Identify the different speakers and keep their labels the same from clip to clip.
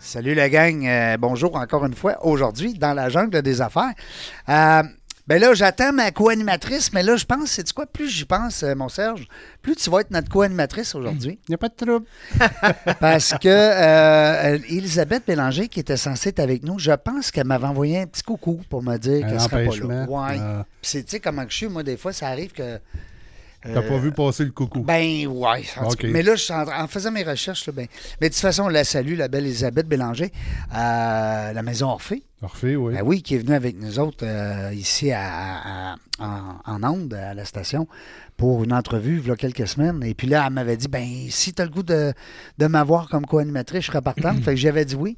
Speaker 1: Salut la gang. Euh, bonjour encore une fois. Aujourd'hui, dans la jungle des affaires. Euh, ben là, j'attends ma co-animatrice, mais là, je pense, c'est quoi? Plus j'y pense, euh, mon Serge, plus tu vas être notre co-animatrice aujourd'hui.
Speaker 2: Il n'y a pas de trouble.
Speaker 1: Parce que euh, Elisabeth Bélanger, qui était censée être avec nous, je pense qu'elle m'avait envoyé un petit coucou pour me dire
Speaker 2: Un
Speaker 1: qu'elle serait pas là.
Speaker 2: empêchement.
Speaker 1: Ouais.
Speaker 2: Ah.
Speaker 1: Puis c'est, tu sais, comment que je suis, moi, des fois, ça arrive que.
Speaker 2: T'as pas vu passer le coucou.
Speaker 1: Euh, Ben ouais. En tout
Speaker 2: Ok.
Speaker 1: cas, Mais là, je suis en, en faisant mes recherches, là, ben, mais de toute façon, on la salue, la belle Elisabeth Bélanger, à la Maison Orphée.
Speaker 2: Parfait, oui.
Speaker 1: Ben oui, qui est venu avec nous autres euh, ici à, à- en, en Onde, à la station, pour une entrevue il y a quelques semaines. Et puis là, elle m'avait dit, ben si tu as le goût de, de m'avoir comme co-animatrice, je serais partante. fait que j'avais dit oui.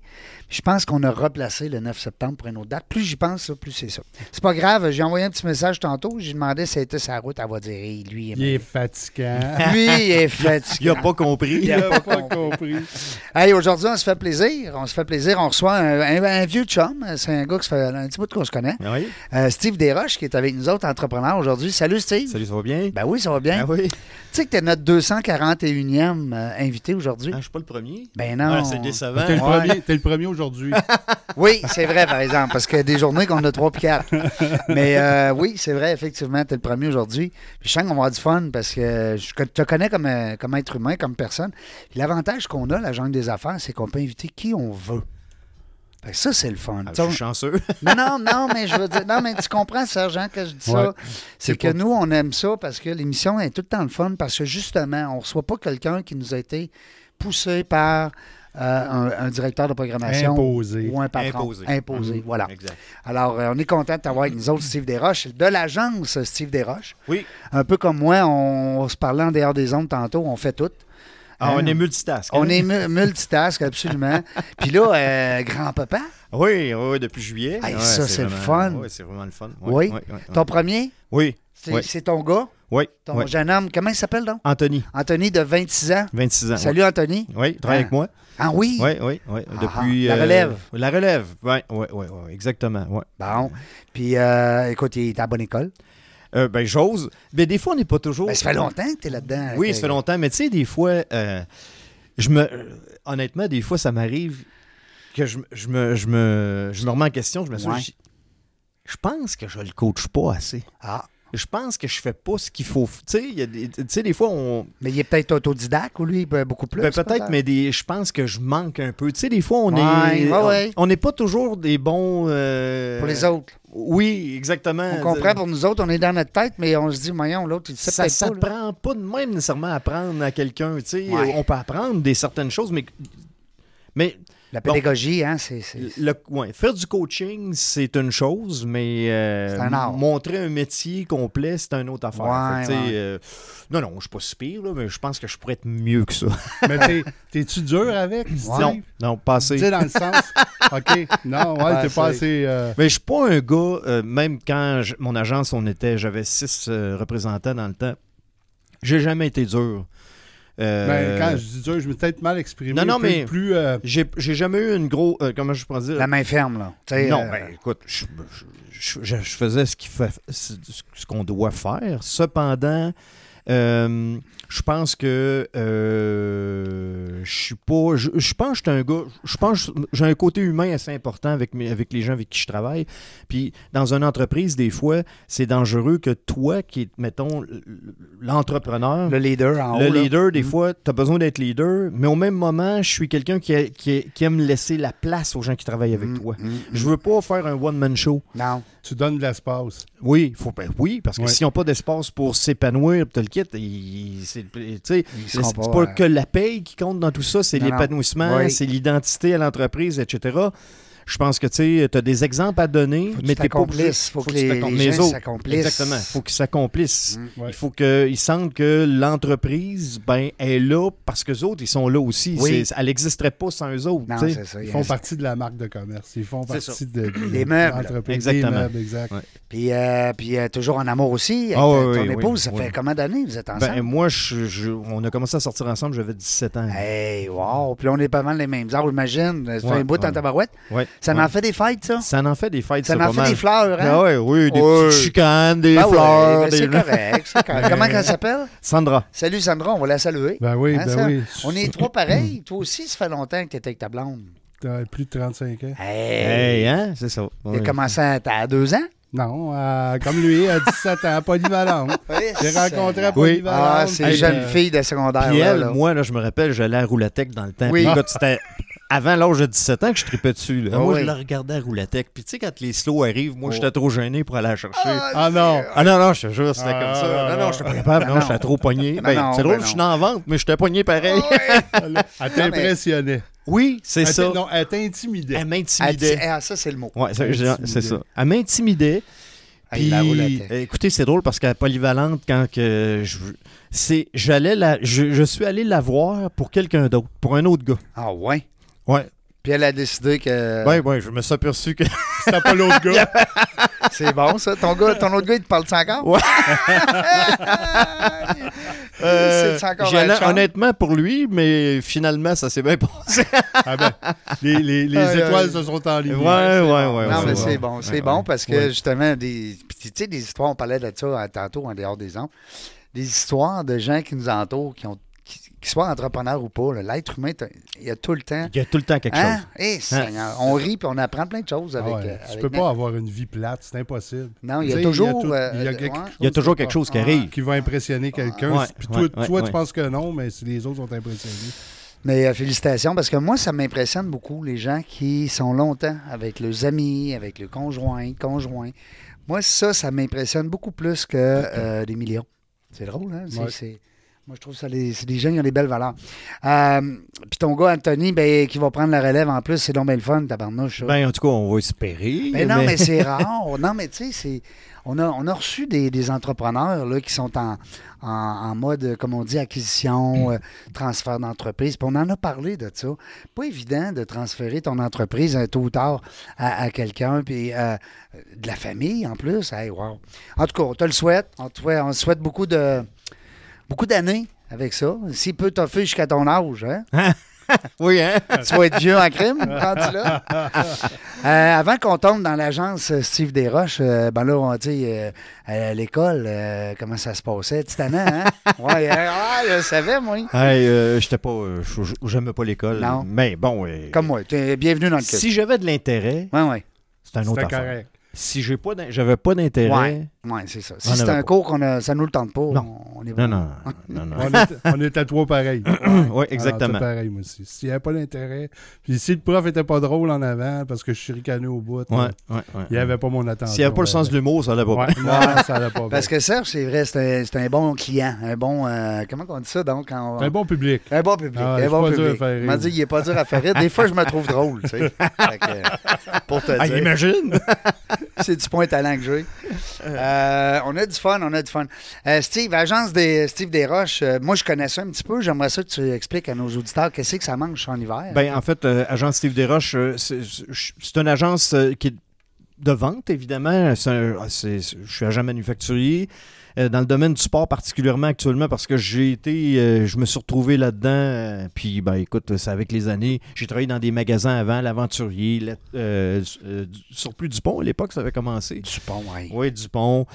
Speaker 1: Je pense qu'on a replacé le 9 septembre pour une autre date. Plus j'y pense, là, plus c'est ça. C'est pas grave, j'ai envoyé un petit message tantôt. J'ai demandé si c'était sa route. Elle va dire, Hey, lui,
Speaker 2: Il est fatigant.
Speaker 1: lui, il est fatigué.
Speaker 3: Il a pas compris.
Speaker 1: Il a pas
Speaker 2: Pas
Speaker 1: compris.
Speaker 2: compris.
Speaker 1: Hey, aujourd'hui, on se fait plaisir. On se fait plaisir. On reçoit un, un- un vieux chum. C'est un gars qui se fait un petit bout qu'on se connaît.
Speaker 3: Ah Oui.
Speaker 1: Euh, Steve Desroches, qui est avec nous autres, entrepreneur aujourd'hui. Salut, Steve.
Speaker 3: Salut, ça va bien?
Speaker 1: Ben oui, ça va bien.
Speaker 3: Ah oui.
Speaker 1: Tu sais que t'es notre 241e euh, invité aujourd'hui.
Speaker 3: Ah, je suis pas le premier.
Speaker 1: Ben
Speaker 3: Ah,
Speaker 1: non.
Speaker 3: c'est décevant.
Speaker 2: T'es le
Speaker 1: Ouais.
Speaker 2: premier, t'es le premier aujourd'hui.
Speaker 1: oui, c'est vrai, par exemple, parce qu'il y a des journées qu'on a 3 puis 4. Mais euh, oui, c'est vrai, effectivement, t'es le premier aujourd'hui. Puis je sens qu'on va avoir du fun parce que je te connais comme, euh, comme être humain, comme personne. Puis L'avantage qu'on a, la jungle des affaires, c'est qu'on peut inviter qui on veut. Fait que ça, c'est le fun.
Speaker 3: Ah,
Speaker 1: Tu sais, on-
Speaker 3: je suis chanceux.
Speaker 1: Non, non, non, mais je veux dire, non, mais tu comprends, Sergent, que je dis
Speaker 2: Ouais.
Speaker 1: ça. C'est
Speaker 2: C'est
Speaker 1: que
Speaker 2: pas-
Speaker 1: nous, on aime ça parce que l'émission est tout le temps le fun, parce que justement, on ne reçoit pas quelqu'un qui nous a été poussé par euh, un, un directeur de programmation.
Speaker 2: Imposé. Mhm.
Speaker 1: Ou un patron.
Speaker 3: Imposé.
Speaker 1: Imposé, voilà.
Speaker 3: Exact.
Speaker 1: Alors, euh, on est content de t'avoir avec nous autres, Steve Desroches, de l'agence Steve Desroches.
Speaker 3: Oui.
Speaker 1: Un peu comme moi, on, se parlait en dehors des ondes tantôt, on fait tout.
Speaker 3: Ah,
Speaker 1: Hein?
Speaker 3: on est multitask.
Speaker 1: On
Speaker 3: hein?
Speaker 1: est mu- multitask, absolument. Puis là, euh, grand-papa,
Speaker 3: Ah Oui, oui, oui, depuis juillet.
Speaker 1: Hey,
Speaker 3: Ouais,
Speaker 1: ça, c'est le
Speaker 3: vraiment-
Speaker 1: fun.
Speaker 3: Oui, c'est vraiment le fun.
Speaker 1: Oui.
Speaker 3: Ouais, ouais, ouais,
Speaker 1: ton
Speaker 3: ouais.
Speaker 1: premier,
Speaker 3: Oui.
Speaker 1: c'est
Speaker 3: Oui.
Speaker 1: c'est ton gars?
Speaker 3: Oui.
Speaker 1: Ton
Speaker 3: oui.
Speaker 1: jeune homme, comment il s'appelle donc?
Speaker 3: Anthony,
Speaker 1: Anthony de 26 ans.
Speaker 3: 26 ans.
Speaker 1: Salut Anthony.
Speaker 3: Oui, il travaille
Speaker 1: Ah.
Speaker 3: avec moi.
Speaker 1: Ah oui?
Speaker 3: Oui, oui, oui.
Speaker 1: Ah,
Speaker 3: Depuis. euh,
Speaker 1: ah, la relève.
Speaker 3: La relève. Oui, oui, oui, oui, exactement. Ouais.
Speaker 1: Bon. Puis euh, écoute, il est à la bonne école.
Speaker 3: Euh, ben, j'ose. Mais des fois, on n'est pas toujours.
Speaker 1: Ben, ça fait longtemps que tu es là-dedans.
Speaker 3: Oh. Oui,
Speaker 1: Euh,
Speaker 3: ça fait longtemps. Mais tu sais, des fois, euh, je me. euh, honnêtement, des fois, ça m'arrive que je, me- je me, je, me, je me remets en question. Je me suis
Speaker 1: Ouais.
Speaker 3: je, je pense que je le coach pas assez.
Speaker 1: Ah,
Speaker 3: Je pense que je fais pas ce qu'il faut. Tu sais, il y a des- tu sais, des fois, on.
Speaker 1: mais il est peut-être autodidacte ou lui, ben, beaucoup plus.
Speaker 3: Ben, peut-être, mais des, je pense que je manque un peu. Tu sais, des fois, on
Speaker 1: Ouais,
Speaker 3: est.
Speaker 1: ouais,
Speaker 3: on-
Speaker 1: ouais.
Speaker 3: On n'est pas toujours des bons. euh,
Speaker 1: Pour les autres.
Speaker 3: Oui, exactement.
Speaker 1: On comprend pour nous autres, on est dans notre tête, mais on se dit, voyons, l'autre, il sait
Speaker 3: ça
Speaker 1: peut-être
Speaker 3: ça
Speaker 1: pas.
Speaker 3: te
Speaker 1: là.
Speaker 3: prend pas de même nécessairement à apprendre à quelqu'un. tu sais.
Speaker 1: Ouais.
Speaker 3: On peut apprendre des certaines choses, mais, mais
Speaker 1: La
Speaker 3: Bon.
Speaker 1: pédagogie, hein, c'est. c'est-
Speaker 3: le, ouais, faire du coaching, c'est une chose, mais euh,
Speaker 1: C'est un art.
Speaker 3: montrer un métier complet, c'est une autre affaire.
Speaker 1: Ouais,
Speaker 3: Fait que, tu sais,
Speaker 1: ouais.
Speaker 3: euh, non, non, je suis pas si pire, là, mais je pense que je pourrais être mieux que ça.
Speaker 2: Mais t'es- t'es-tu dur avec?
Speaker 3: Non,
Speaker 2: Steve?
Speaker 3: non, pas assez.
Speaker 2: Tu sais, dans le sens. OK. Non, ouais, t'es pas assez. euh,
Speaker 3: Mais je suis pas un gars, euh, même quand je- mon agence, on était, j'avais six euh, représentants dans le temps, j'ai jamais été dur. Euh,
Speaker 2: ben, quand je dis dur, je me suis peut-être mal exprimé.
Speaker 3: Non, non,
Speaker 2: plus-
Speaker 3: mais-
Speaker 2: Plus, euh,
Speaker 3: J'ai j'ai jamais eu une grosse. comment je pourrais dire?
Speaker 1: La main ferme, là. Tu sais,
Speaker 3: non,
Speaker 1: euh,
Speaker 3: ben, écoute, je, je- je- je faisais ce qu'il fa- ce ce qu'on doit faire. Cependant, euh, je pense que euh, je suis pas. Je, je pense que je suis un gars. Je pense que j'ai un côté humain assez important avec, mes- avec les gens avec qui je travaille. Puis dans une entreprise, des fois, c'est dangereux que toi, qui est, mettons, l'entrepreneur,
Speaker 1: le leader en
Speaker 3: le
Speaker 1: haut. là. Mm.
Speaker 3: leader, des fois, tu as besoin d'être leader, mais au même moment, je suis quelqu'un qui, a- qui a- qui aime laisser la place aux gens qui travaillent avec toi. Je veux pas faire un one-man show.
Speaker 1: Non.
Speaker 2: tu donnes de l'espace.
Speaker 3: Oui, faut, ben oui parce que
Speaker 2: Ouais.
Speaker 3: s'ils n'ont pas d'espace pour s'épanouir, pis tout le kit, ils- c'est tu sais,
Speaker 1: Ils
Speaker 3: c'est
Speaker 1: seront
Speaker 3: c'est
Speaker 1: pas,
Speaker 3: pas,
Speaker 1: euh,
Speaker 3: que la paye qui compte dans tout ça, c'est
Speaker 1: Non, non.
Speaker 3: l'épanouissement,
Speaker 1: Oui.
Speaker 3: c'est l'identité à l'entreprise, etc. Je pense que tu as des exemples à donner,
Speaker 1: Faut que
Speaker 3: mais
Speaker 1: tu
Speaker 3: t'es pas obligé-
Speaker 1: t'accomplisses. Faut que les-
Speaker 3: t'accom-
Speaker 1: les gens
Speaker 3: autres.
Speaker 1: s'accomplissent. Mm.
Speaker 3: Exactement, faut qu'ils s'accomplissent.
Speaker 2: Ouais.
Speaker 3: Il faut qu'ils sentent que l'entreprise ben, est là parce que les autres, ils sont là aussi.
Speaker 1: Oui.
Speaker 3: C'est- Elle n'existerait pas sans eux autres.
Speaker 1: Non,
Speaker 3: tu sais.
Speaker 1: c'est ça. il y
Speaker 2: Ils
Speaker 1: a
Speaker 2: font
Speaker 1: un-
Speaker 2: partie de la marque de commerce. Ils font
Speaker 3: C'est ça.
Speaker 2: partie de, de-
Speaker 1: Des meubles.
Speaker 2: de l'entreprise.
Speaker 3: Exactement.
Speaker 2: Des meubles, exact.
Speaker 3: Ouais.
Speaker 1: Puis, euh, puis euh, toujours en amour aussi. Avec
Speaker 3: Ah,
Speaker 1: euh,
Speaker 3: oui,
Speaker 1: ton
Speaker 3: oui,
Speaker 1: épouse,
Speaker 3: oui,
Speaker 1: ça
Speaker 3: oui.
Speaker 1: fait combien d'années vous êtes ensemble?
Speaker 3: Ben, moi, je- je- on a commencé à sortir ensemble, j'avais 17 ans.
Speaker 1: Hey, wow! Puis là, on est pas mal les mêmes arbres, imagine. Ça fait
Speaker 3: Ouais,
Speaker 1: un bout en
Speaker 3: ouais.
Speaker 1: tabarouette.
Speaker 3: Ouais,
Speaker 1: Ça
Speaker 3: ouais.
Speaker 1: en fait des fêtes, ça?
Speaker 3: Ça en fait des fêtes,
Speaker 1: Ça
Speaker 3: c'est
Speaker 1: en
Speaker 3: pas
Speaker 1: fait
Speaker 3: mal.
Speaker 1: des fleurs, hein?
Speaker 3: Ah ouais, oui, des
Speaker 1: Ouais.
Speaker 3: petites chicanes, des
Speaker 1: Ben ouais,
Speaker 3: fleurs.
Speaker 1: ben
Speaker 3: des-
Speaker 1: c'est correct, c'est correct. Comment qu'elle s'appelle?
Speaker 3: Sandra.
Speaker 1: Salut Sandra, on va la saluer.
Speaker 2: Ben oui,
Speaker 1: Hein,
Speaker 2: ben
Speaker 1: ça?
Speaker 2: oui.
Speaker 1: On est trois pareils. Toi aussi, ça fait longtemps que tu étais avec ta blonde.
Speaker 2: euh, plus de 35 ans.
Speaker 1: Hey!
Speaker 3: Hey, hein? C'est ça.
Speaker 1: Il
Speaker 3: Ouais.
Speaker 1: a commencé à, à deux ans?
Speaker 2: Non, euh, comme lui, à 17 ans, polyvalente. J'ai rencontré à
Speaker 3: Oui.
Speaker 2: polyvalente.
Speaker 1: Ah, ces
Speaker 2: puis,
Speaker 1: jeunes
Speaker 2: euh,
Speaker 1: filles de secondaire.
Speaker 3: Puis
Speaker 1: là,
Speaker 3: elle,
Speaker 1: là.
Speaker 3: moi, là, je me rappelle, j'allais à Roulatec dans le temps.
Speaker 1: Oui.
Speaker 3: Puis, écoute, c'était avant l'âge de 17 ans que je tripais dessus. là.
Speaker 1: Ah
Speaker 3: moi,
Speaker 1: oui.
Speaker 3: je la regardais à Roulatec. Puis tu sais, quand les slows arrivent, moi,
Speaker 1: Oh.
Speaker 3: j'étais trop gêné pour aller la chercher. Ah,
Speaker 2: Ah non.
Speaker 3: non, non, je te jure, c'était
Speaker 2: Ah,
Speaker 3: comme ça.
Speaker 2: ah,
Speaker 3: Non, non,
Speaker 2: ah.
Speaker 3: je pas capable.
Speaker 1: Ah,
Speaker 3: Non, j'étais trop pogné.
Speaker 1: Ah,
Speaker 3: Ben,
Speaker 1: non,
Speaker 3: c'est drôle,
Speaker 1: ben
Speaker 3: je suis
Speaker 1: non. Ah
Speaker 3: en vente, mais j'étais pogné pareil.
Speaker 2: Elle t'impressionnait.
Speaker 3: Oui, c'est
Speaker 2: Elle
Speaker 3: ça.
Speaker 2: t'in- Non, elle t'intimidait.
Speaker 3: Elle
Speaker 1: Elle dit-
Speaker 3: m'intimidait.
Speaker 1: Ah, ça, c'est le mot.
Speaker 3: Ouais, ça, je-
Speaker 2: Intimidait.
Speaker 3: c'est ça. Elle m'intimidait.
Speaker 1: Hey, la roule à
Speaker 3: Puis, euh,
Speaker 1: tête.
Speaker 3: écoutez, c'est drôle parce qu'à Polyvalente, quand que je, c'est, j'allais la, je, je suis allé la voir pour quelqu'un d'autre, pour un autre gars.
Speaker 1: Ah, ouais.
Speaker 3: Ouais.
Speaker 1: Puis elle a décidé que
Speaker 3: Ouais, ouais, je me suis aperçu que.
Speaker 2: C'était pas l'autre gars.
Speaker 1: c'est bon, ça. Ton, gars, ton autre gars, il te parle-tu encore?
Speaker 3: Ouais.
Speaker 1: Euh, C'est encore
Speaker 3: j'y
Speaker 1: un
Speaker 3: allais
Speaker 1: chum?
Speaker 3: honnêtement pour lui, mais finalement, ça s'est bien passé.
Speaker 2: Ah ben, les, les- les
Speaker 1: Aïe,
Speaker 2: étoiles
Speaker 1: aïe.
Speaker 2: se sont
Speaker 3: Ouais,
Speaker 2: enlignées.
Speaker 3: ouais, ouais.
Speaker 1: non,
Speaker 3: ouais,
Speaker 1: mais
Speaker 3: ouais.
Speaker 1: c'est bon, c'est
Speaker 3: Ouais,
Speaker 1: bon
Speaker 3: ouais.
Speaker 1: parce que
Speaker 3: Ouais.
Speaker 1: justement, des, puis tu sais, des histoires, on parlait de ça euh, tantôt en dehors des ondes, des histoires de gens qui nous entourent, qui ont qui, qui soient entrepreneurs ou pas, là, l'être humain, t'as- il y a tout le temps.
Speaker 3: Il y a tout le temps quelque
Speaker 1: Hein?
Speaker 3: chose.
Speaker 1: Eh, Seigneur, on rit puis on apprend plein de choses
Speaker 2: Ah
Speaker 1: avec.
Speaker 2: ouais,
Speaker 1: euh,
Speaker 2: tu
Speaker 1: avec
Speaker 2: peux
Speaker 1: Nat.
Speaker 2: pas avoir une vie plate, c'est impossible.
Speaker 1: Non, il y a
Speaker 2: Tu sais,
Speaker 1: toujours.
Speaker 2: tout- il y a
Speaker 1: euh, euh,
Speaker 2: quelque
Speaker 1: ouais.
Speaker 2: chose
Speaker 3: Il y a toujours
Speaker 2: qui
Speaker 3: quelque chose qui
Speaker 1: Ah.
Speaker 3: arrive.
Speaker 2: qui va impressionner quelqu'un.
Speaker 3: Ouais,
Speaker 2: Puis
Speaker 3: ouais,
Speaker 2: toi,
Speaker 3: ouais,
Speaker 2: toi,
Speaker 3: ouais.
Speaker 2: tu penses que non, mais si les autres sont impressionnés.
Speaker 1: Mais euh, félicitations, parce que moi, ça m'impressionne beaucoup, les gens qui sont longtemps avec leurs amis, avec le conjoint, conjoint. Moi, ça, ça m'impressionne beaucoup plus que euh, des millions. C'est drôle, hein? C'est-
Speaker 2: Ouais.
Speaker 1: c'est- Moi, je trouve ça, les- c'est des gens qui ont des belles valeurs. Euh, Puis ton gars, Anthony, ben, qui va prendre la relève en plus, c'est donc bien le fun, tabarnouche. ça.
Speaker 3: Ben, en tout cas, on va espérer.
Speaker 1: Ben non, mais c'est rare. Non, mais tu sais, c'est- on a, on a reçu des, des entrepreneurs là, qui sont en, en, en mode, comme on dit, acquisition, euh, transfert d'entreprise. Puis on en a parlé de ça. Pas évident de transférer ton entreprise un tôt ou tard à, à quelqu'un, puis euh, de la famille en plus. Hey, wow. En tout cas, on te le souhaite. On te souhaite, on te souhaite beaucoup de beaucoup d'années avec ça. S'il peut t'offrir jusqu'à ton âge, hein?
Speaker 3: Oui, hein?
Speaker 1: tu vas être vieux en crime rendu là. Euh, avant qu'on tombe dans l'agence euh, Steve Desroches, euh, ben là, on dit euh, à l'école, euh, comment ça se passait? Titanant, hein? Ouais, euh, ah, je le savais, moi.
Speaker 3: Hey, euh, j'étais pas. euh, je- je- J'aimais pas l'école.
Speaker 1: Non.
Speaker 3: Mais bon. euh,
Speaker 1: Comme moi, t'es bienvenu dans le club.
Speaker 3: si j'avais de l'intérêt,
Speaker 1: Ouais, ouais.
Speaker 3: c'est un autre
Speaker 2: C'était
Speaker 3: affaire.
Speaker 2: correct.
Speaker 3: Si j'ai pas d'in- j'avais pas d'intérêt.
Speaker 1: Ouais, c'est ça.
Speaker 3: On
Speaker 1: Si c'est
Speaker 3: avait
Speaker 1: un
Speaker 3: pas.
Speaker 1: cours qu'on a, ça nous le tente pas,
Speaker 3: Non.
Speaker 1: on est
Speaker 3: Non, non, non, non.
Speaker 2: On est, on est à trois pareils.
Speaker 3: oui,
Speaker 2: Alors,
Speaker 3: exactement.
Speaker 2: c'est pareil, moi aussi. S'il n'y avait pas d'intérêt, puis si le prof était pas drôle en avant parce que je suis ricané au bout,
Speaker 3: Ouais,
Speaker 2: euh,
Speaker 3: ouais, ouais.
Speaker 2: il n'y avait pas mon attention.
Speaker 3: S'il n'y avait pas le sens de l'humour, ça allait pas.
Speaker 2: Ouais, non, ça allait pas
Speaker 1: Parce
Speaker 2: bien.
Speaker 1: que Serge, c'est vrai, c'est un, c'est un bon client, un bon. euh, comment on dit ça donc? quand on-
Speaker 2: C'est un bon public.
Speaker 1: Un bon public.
Speaker 2: Ah, il
Speaker 1: un
Speaker 2: est
Speaker 1: bon
Speaker 2: pas dur
Speaker 1: public.
Speaker 2: à faire
Speaker 1: Il m'a
Speaker 2: rire.
Speaker 1: dit, il est pas dur à faire rire. Des fois, je me trouve drôle, tu sais. Fait que, euh, pour te
Speaker 3: Ah,
Speaker 1: dire.
Speaker 3: imagine!
Speaker 1: C'est du point talent que j'ai. Euh, on a du fun, on a du fun. Euh, Steve, agence des Steve Desroches, euh, moi je connais ça un petit peu. J'aimerais ça que tu expliques à nos auditeurs qu'est-ce que ça mange en hiver.
Speaker 3: Ben, en fait, euh, Agence Steve Desroches, euh, c'est- c'est c'est une agence euh, qui est de vente, évidemment. C'est un- ah, c'est- c'est- je suis agent manufacturier. euh, dans le domaine du sport particulièrement actuellement parce que j'ai été, euh, je me suis retrouvé là-dedans. euh, puis, ben écoute, c'est avec les années. J'ai travaillé dans des magasins avant, l'Aventurier, le- euh, euh, du- Surplus Dupont à l'époque, ça avait commencé.
Speaker 1: du pont, ouais.
Speaker 3: Oui, Dupont,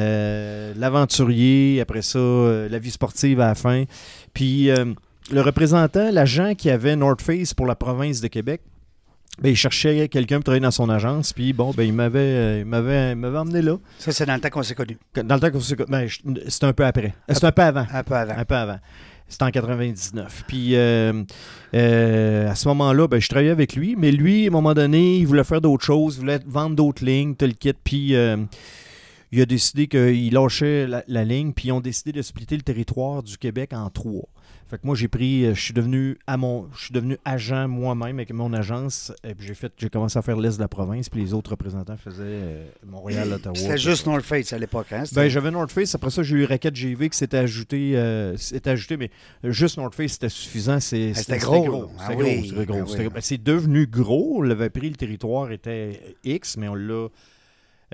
Speaker 3: euh, l'aventurier, après ça, euh, la vie sportive à la fin. Puis euh, le représentant, l'agent qui avait North Face pour la province de Québec, ben, il cherchait quelqu'un pour travailler dans son agence. Puis bon, ben, il m'avait euh, il m'avait- il m'avait emmené là.
Speaker 1: Ça, c'est dans le temps qu'on s'est connus.
Speaker 3: Dans le temps qu'on s'est- ben, je- c'était un peu après. Euh, C'était un peu avant.
Speaker 1: Un peu avant.
Speaker 3: Un peu avant. C'était en 99. Puis euh, euh, à ce moment-là, ben, je travaillais avec lui, mais lui, à un moment donné, il voulait faire d'autres choses, il voulait vendre d'autres lignes, tout le kit. Puis euh, il a décidé qu'il lâchait la, la ligne, puis ils ont décidé de splitter le territoire du Québec en trois. Fait que moi, j'ai pris, euh, je suis devenu à mon, je suis devenu agent moi-même avec mon agence, et puis j'ai fait, j'ai commencé à faire l'est de la province, puis les autres représentants faisaient euh, Montréal, Ottawa.
Speaker 1: C'était
Speaker 3: tout
Speaker 1: juste
Speaker 3: ça.
Speaker 1: non le fait à l'époque. Hein? C'était-
Speaker 3: Ben, j'avais North Face. Après ça, j'ai eu Racket GV qui s'était ajouté, euh, s'était ajouté, mais juste North Face, c'était suffisant. C'est-
Speaker 1: c'était gros, là. Ah
Speaker 3: C'était
Speaker 1: oui,
Speaker 3: gros, c'était gros,
Speaker 1: ah
Speaker 3: Ben,
Speaker 1: oui.
Speaker 3: c'était gros. Ben, c'est devenu gros. On l'avait pris, le territoire était X, mais on l'a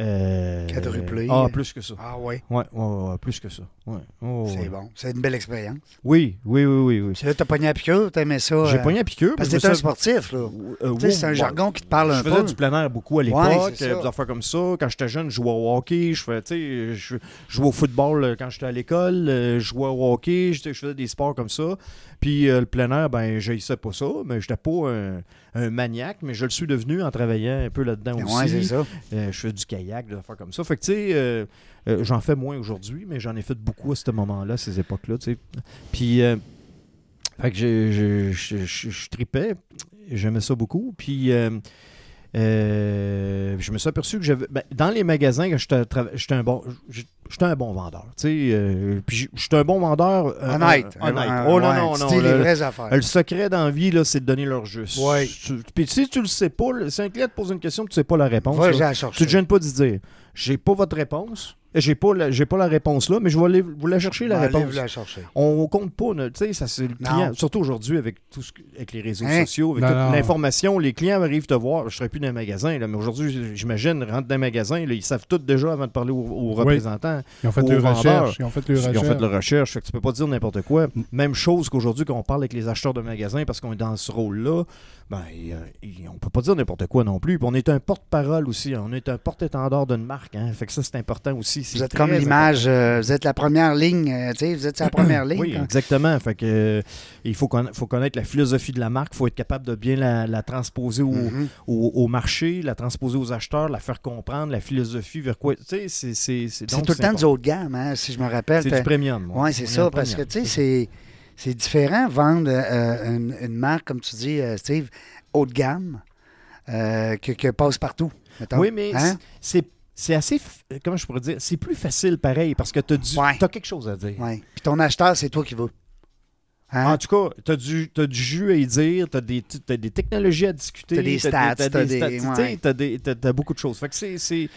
Speaker 3: Euh,
Speaker 1: Quadruplé.
Speaker 3: Ah, plus que ça.
Speaker 1: Ah oui,
Speaker 3: Ouais, ouais, ouais, ouais, plus que ça. Ouais. Oh,
Speaker 1: c'est
Speaker 3: ouais.
Speaker 1: bon. C'est une belle expérience.
Speaker 3: Oui, oui, oui, oui. oui.
Speaker 1: Tu as pogné à piqûre, t'aimais ça?
Speaker 3: J'ai
Speaker 1: euh,
Speaker 3: pogné à piqûre.
Speaker 1: Parce que
Speaker 3: je me
Speaker 1: t'es un
Speaker 3: suis-
Speaker 1: sportif, là.
Speaker 3: Euh,
Speaker 1: Tu sais,
Speaker 3: ouais,
Speaker 1: c'est un
Speaker 3: ouais.
Speaker 1: jargon qui te parle un
Speaker 3: Je faisais
Speaker 1: peu.
Speaker 3: du plein air beaucoup
Speaker 1: Ouais,
Speaker 3: à l'époque,
Speaker 1: c'est
Speaker 3: euh,
Speaker 1: ça.
Speaker 3: des affaires comme ça. Quand j'étais jeune, je jouais au hockey, je, fais, tu sais, je, je jouais au football euh, quand j'étais à l'école, euh, je jouais au hockey, je, je faisais des sports comme ça. Puis euh, le plein air, ben, je sais pas ça, mais j'étais pas un, un maniaque, mais je le suis devenu en travaillant un peu là-dedans
Speaker 1: Oui,
Speaker 3: aussi.
Speaker 1: c'est ça.
Speaker 3: Euh, je fais du kayak, des affaires comme ça. Fait que, tu sais, euh, euh, j'en fais moins aujourd'hui, mais j'en ai fait beaucoup à ce moment-là, ces époques-là, tu sais. Puis, euh, fait que je, je, je, je- je tripais, j'aimais ça beaucoup. Puis, euh, euh, je me suis aperçu que j'avais. ben, dans les magasins, quand j'étais tra- j'étais un bon. J'étais un bon vendeur, tu sais. euh, puis j'étais un bon vendeur. euh,
Speaker 1: Honnête.
Speaker 3: euh, honnête.
Speaker 1: Euh,
Speaker 3: oh non,
Speaker 1: ouais,
Speaker 3: non,
Speaker 1: tu
Speaker 3: non.
Speaker 1: dis les
Speaker 3: le-
Speaker 1: vraies
Speaker 3: euh,
Speaker 1: affaires.
Speaker 3: Le secret dans la vie, là, c'est de donner leur juste.
Speaker 1: Ouais.
Speaker 3: Tu- Puis si tu le sais pas, le- si un client te pose une question, tu sais pas la réponse.
Speaker 1: Va,
Speaker 3: là,
Speaker 1: j'ai à
Speaker 3: tu
Speaker 1: chercher.
Speaker 3: te gênes pas d'y dire. J'ai pas votre réponse. J'ai pas la, j'ai pas la réponse là, mais je vais aller vous la chercher la
Speaker 1: Va, Ben, allez
Speaker 3: réponse.
Speaker 1: vous la chercher.
Speaker 3: On compte pas, ne- tu sais, ça c'est le
Speaker 1: Non.
Speaker 3: client. Surtout aujourd'hui avec tout ce que- avec les réseaux
Speaker 1: Hein?
Speaker 3: sociaux, avec
Speaker 2: Non, non.
Speaker 3: toute l'information, les clients arrivent te voir. Je serais plus dans un magasin, là, mais aujourd'hui, j'imagine, rentre dans un magasin, là, ils savent tout déjà avant de parler aux, aux représentants.
Speaker 2: Ils ont fait
Speaker 3: Au
Speaker 2: leurs
Speaker 3: vendeur.
Speaker 2: recherches. Ils ont fait leurs
Speaker 3: Ils ont fait
Speaker 2: recherches.
Speaker 3: leur recherche. Fait que tu peux pas dire n'importe quoi. Même chose qu'aujourd'hui, quand on parle avec les acheteurs de magasins, parce qu'on est dans ce rôle-là, ben, euh, ils- on peut pas dire n'importe quoi non plus. Puis on est un porte-parole aussi. hein. On est un porte-étendard d'une marque. hein. Fait que ça, c'est important aussi. C'est
Speaker 1: Vous êtes
Speaker 3: très
Speaker 1: comme l'image, euh, vous êtes la première ligne, euh, tu sais, vous êtes sa première ligne.
Speaker 3: Oui, hein.
Speaker 1: quand-
Speaker 3: exactement. Fait que, euh, il faut, conna- faut connaître la philosophie de la marque. Il faut être capable de bien la, la transposer au,
Speaker 1: Mhm.
Speaker 3: au- au marché, la transposer aux acheteurs, la faire comprendre, la philosophie vers quoi. Tu sais, c'est- c'est
Speaker 1: C'est
Speaker 3: c'est- donc,
Speaker 1: tout le temps
Speaker 3: important.
Speaker 1: du haut de gamme, hein, si je me rappelle.
Speaker 3: C'est du premium.
Speaker 1: Oui, c'est ça, parce que, tu sais, c'est- c'est différent vendre euh, une, une marque, comme tu dis, euh, Steve, haut de gamme, euh, que, que passe partout. mettons.
Speaker 3: Oui, mais
Speaker 1: Hein?
Speaker 3: c'est c'est assez. f- Comment je pourrais dire C'est plus facile pareil parce que tu as,
Speaker 1: Ouais.
Speaker 3: quelque chose à dire.
Speaker 1: Ouais. Puis ton acheteur, c'est toi qui veux. Hein?
Speaker 3: En tout cas, tu as, du jus à y dire, tu as, des technologies à discuter,
Speaker 1: T'as des
Speaker 3: t'as
Speaker 1: stats,
Speaker 3: t'as
Speaker 1: t'as des-
Speaker 3: statistiques,
Speaker 1: ouais.
Speaker 3: t'as des- t'as- t'as beaucoup de choses. Fait que c'est- c'est.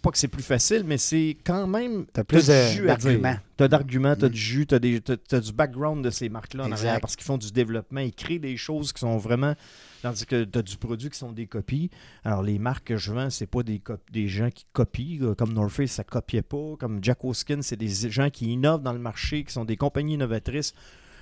Speaker 3: Pas que c'est plus facile, mais c'est quand même.
Speaker 1: T'as plus
Speaker 3: du
Speaker 1: de-
Speaker 3: jus à dire.
Speaker 1: d'arguments.
Speaker 3: T'as d'arguments, t'as
Speaker 1: Mm.
Speaker 3: du jus, t'as des- t'as- t'as du background de ces marques-là en
Speaker 1: Exact.
Speaker 3: arrière parce qu'ils font du développement, ils créent des choses qui sont vraiment. Tandis que tu as du produit qui sont des copies. Alors, les marques que je vends, c'est pas des, cop- des gens qui copient. euh, Comme North Face, ça copiait pas. Comme Jack O'Skin, c'est des gens qui innovent dans le marché, qui sont des compagnies innovatrices.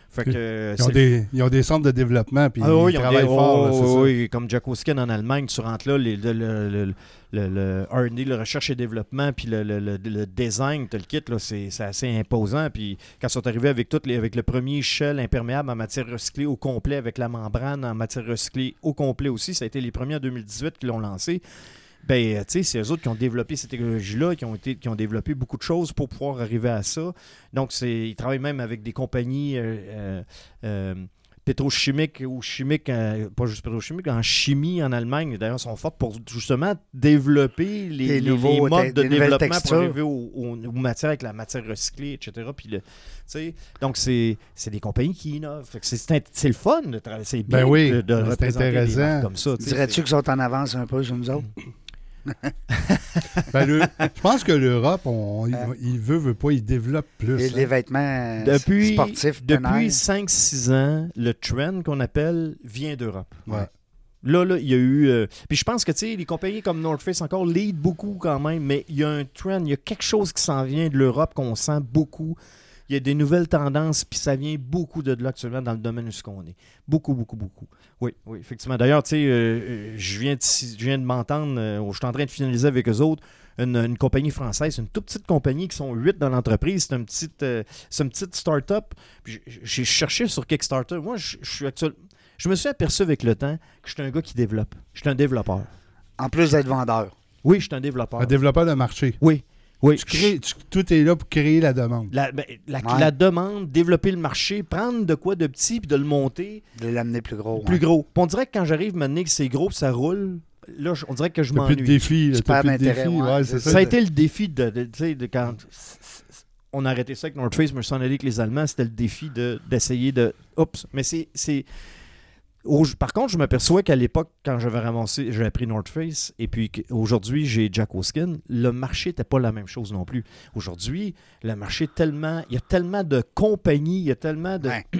Speaker 3: Fait que, euh,
Speaker 2: Ils ont,
Speaker 3: c'est-
Speaker 2: des, ils ont des centres de développement. Puis
Speaker 3: Ah oui,
Speaker 2: ils,
Speaker 3: ils ont
Speaker 2: travaillent
Speaker 3: des-
Speaker 2: fort. là,
Speaker 3: oh,
Speaker 2: c'est ça.
Speaker 3: oui, comme Jack O'Skin en Allemagne, tu rentres là, les- le, le, le, le- le R&D, le recherche et développement, puis le, le- le- le design, tu le kit, là, c'est c'est assez imposant. Puis quand ils sont arrivés avec, toutes les, avec le premier shell imperméable en matière recyclée au complet, avec la membrane en matière recyclée au complet aussi, ça a été les premiers en 2018 qui l'ont lancé. Ben, euh, tu sais, c'est eux autres qui ont développé ces technologies-là, qui ont, été, qui ont développé beaucoup de choses pour pouvoir arriver à ça. Donc, c'est, ils travaillent même avec des compagnies euh, euh, euh, pétrochimiques ou chimiques, euh, pas juste pétrochimiques, en chimie en Allemagne, d'ailleurs, sont fortes pour justement développer les,
Speaker 1: Des
Speaker 3: les- les
Speaker 1: nouveaux-
Speaker 3: modes
Speaker 1: des-
Speaker 3: de
Speaker 1: des nouvelles
Speaker 3: développement
Speaker 1: textures.
Speaker 3: pour arriver au- au- aux, matières avec la matière recyclée, etc. Puis le- tu sais, donc, c'est, c'est des compagnies qui innovent. Fait que c'est, c'est, int- c'est le fun de travailler. C'est
Speaker 2: Ben
Speaker 3: bien
Speaker 2: oui,
Speaker 3: de, de
Speaker 2: c'est
Speaker 3: représenter des
Speaker 2: intéressant.
Speaker 3: marques comme ça. tu sais.
Speaker 1: Dirais-tu qu'ils sont en avance un peu sur nous autres?
Speaker 2: Ben, le- je pense que l'Europe, on, il, il veut, veut pas, il développe plus.
Speaker 1: Les,
Speaker 2: hein.
Speaker 1: les vêtements euh,
Speaker 3: depuis,
Speaker 1: sportifs, plein
Speaker 3: depuis
Speaker 1: air.
Speaker 3: 5-6 ans, le trend qu'on appelle vient d'Europe.
Speaker 2: Ouais.
Speaker 3: Là, là, il y a eu. euh, puis je pense que, tu sais, les compagnies comme North Face encore lead beaucoup quand même, mais il y a un trend, il y a quelque chose qui s'en vient de l'Europe qu'on sent beaucoup. Il y a des nouvelles tendances, puis ça vient beaucoup de là actuellement dans le domaine où ce qu'on est. Beaucoup, beaucoup, beaucoup. Oui, oui, effectivement. D'ailleurs, tu sais, euh, euh, je viens de, je viens de m'entendre, euh, je suis en train de finaliser avec eux autres, une, une compagnie française, une toute petite compagnie qui sont huit dans l'entreprise. C'est une petite, euh, c'est une petite start-up. Puis j- J'ai cherché sur Kickstarter. Moi, je je suis actuel... Je me suis aperçu avec le temps que j'étais un gars qui développe. J'étais un développeur.
Speaker 1: En plus d'être vendeur.
Speaker 3: Oui, j'étais un développeur.
Speaker 2: Un développeur de marché.
Speaker 3: Oui, oui.
Speaker 2: Tu crées- tu- tout est là pour créer la demande.
Speaker 3: La, ben, la-
Speaker 1: Ouais.
Speaker 3: la demande, développer le marché, prendre de quoi de petit puis de le monter
Speaker 1: De l'amener plus gros. hein?
Speaker 3: plus
Speaker 1: ouais.
Speaker 3: gros. Puis on dirait que quand j'arrive maintenant que c'est gros, puis ça roule, là, je- on dirait que je
Speaker 2: T'as plus de
Speaker 3: m'ennuie.
Speaker 2: défis. là,
Speaker 1: Tu
Speaker 2: T'as
Speaker 1: perds
Speaker 2: plus de
Speaker 1: l'intérêt,
Speaker 2: défis.
Speaker 1: ouais,
Speaker 2: ouais,
Speaker 1: c'est
Speaker 2: c'est
Speaker 3: Ça
Speaker 2: ça.
Speaker 3: a été le défi de, de- tu sais, de quand on a arrêté ça avec North Face, mais je s'en allais avec les Allemands, c'était le défi de- d'essayer de, Oups, mais c'est. c'est- au- par contre, je m'aperçois qu'à l'époque, quand j'avais ramassé, j'avais pris North Face, et puis qu- aujourd'hui, j'ai Jack O'Skin, le marché n'était pas la même chose non plus. Aujourd'hui, le marché est tellement. Il y a tellement de compagnies, il y a tellement de.
Speaker 1: Ouais.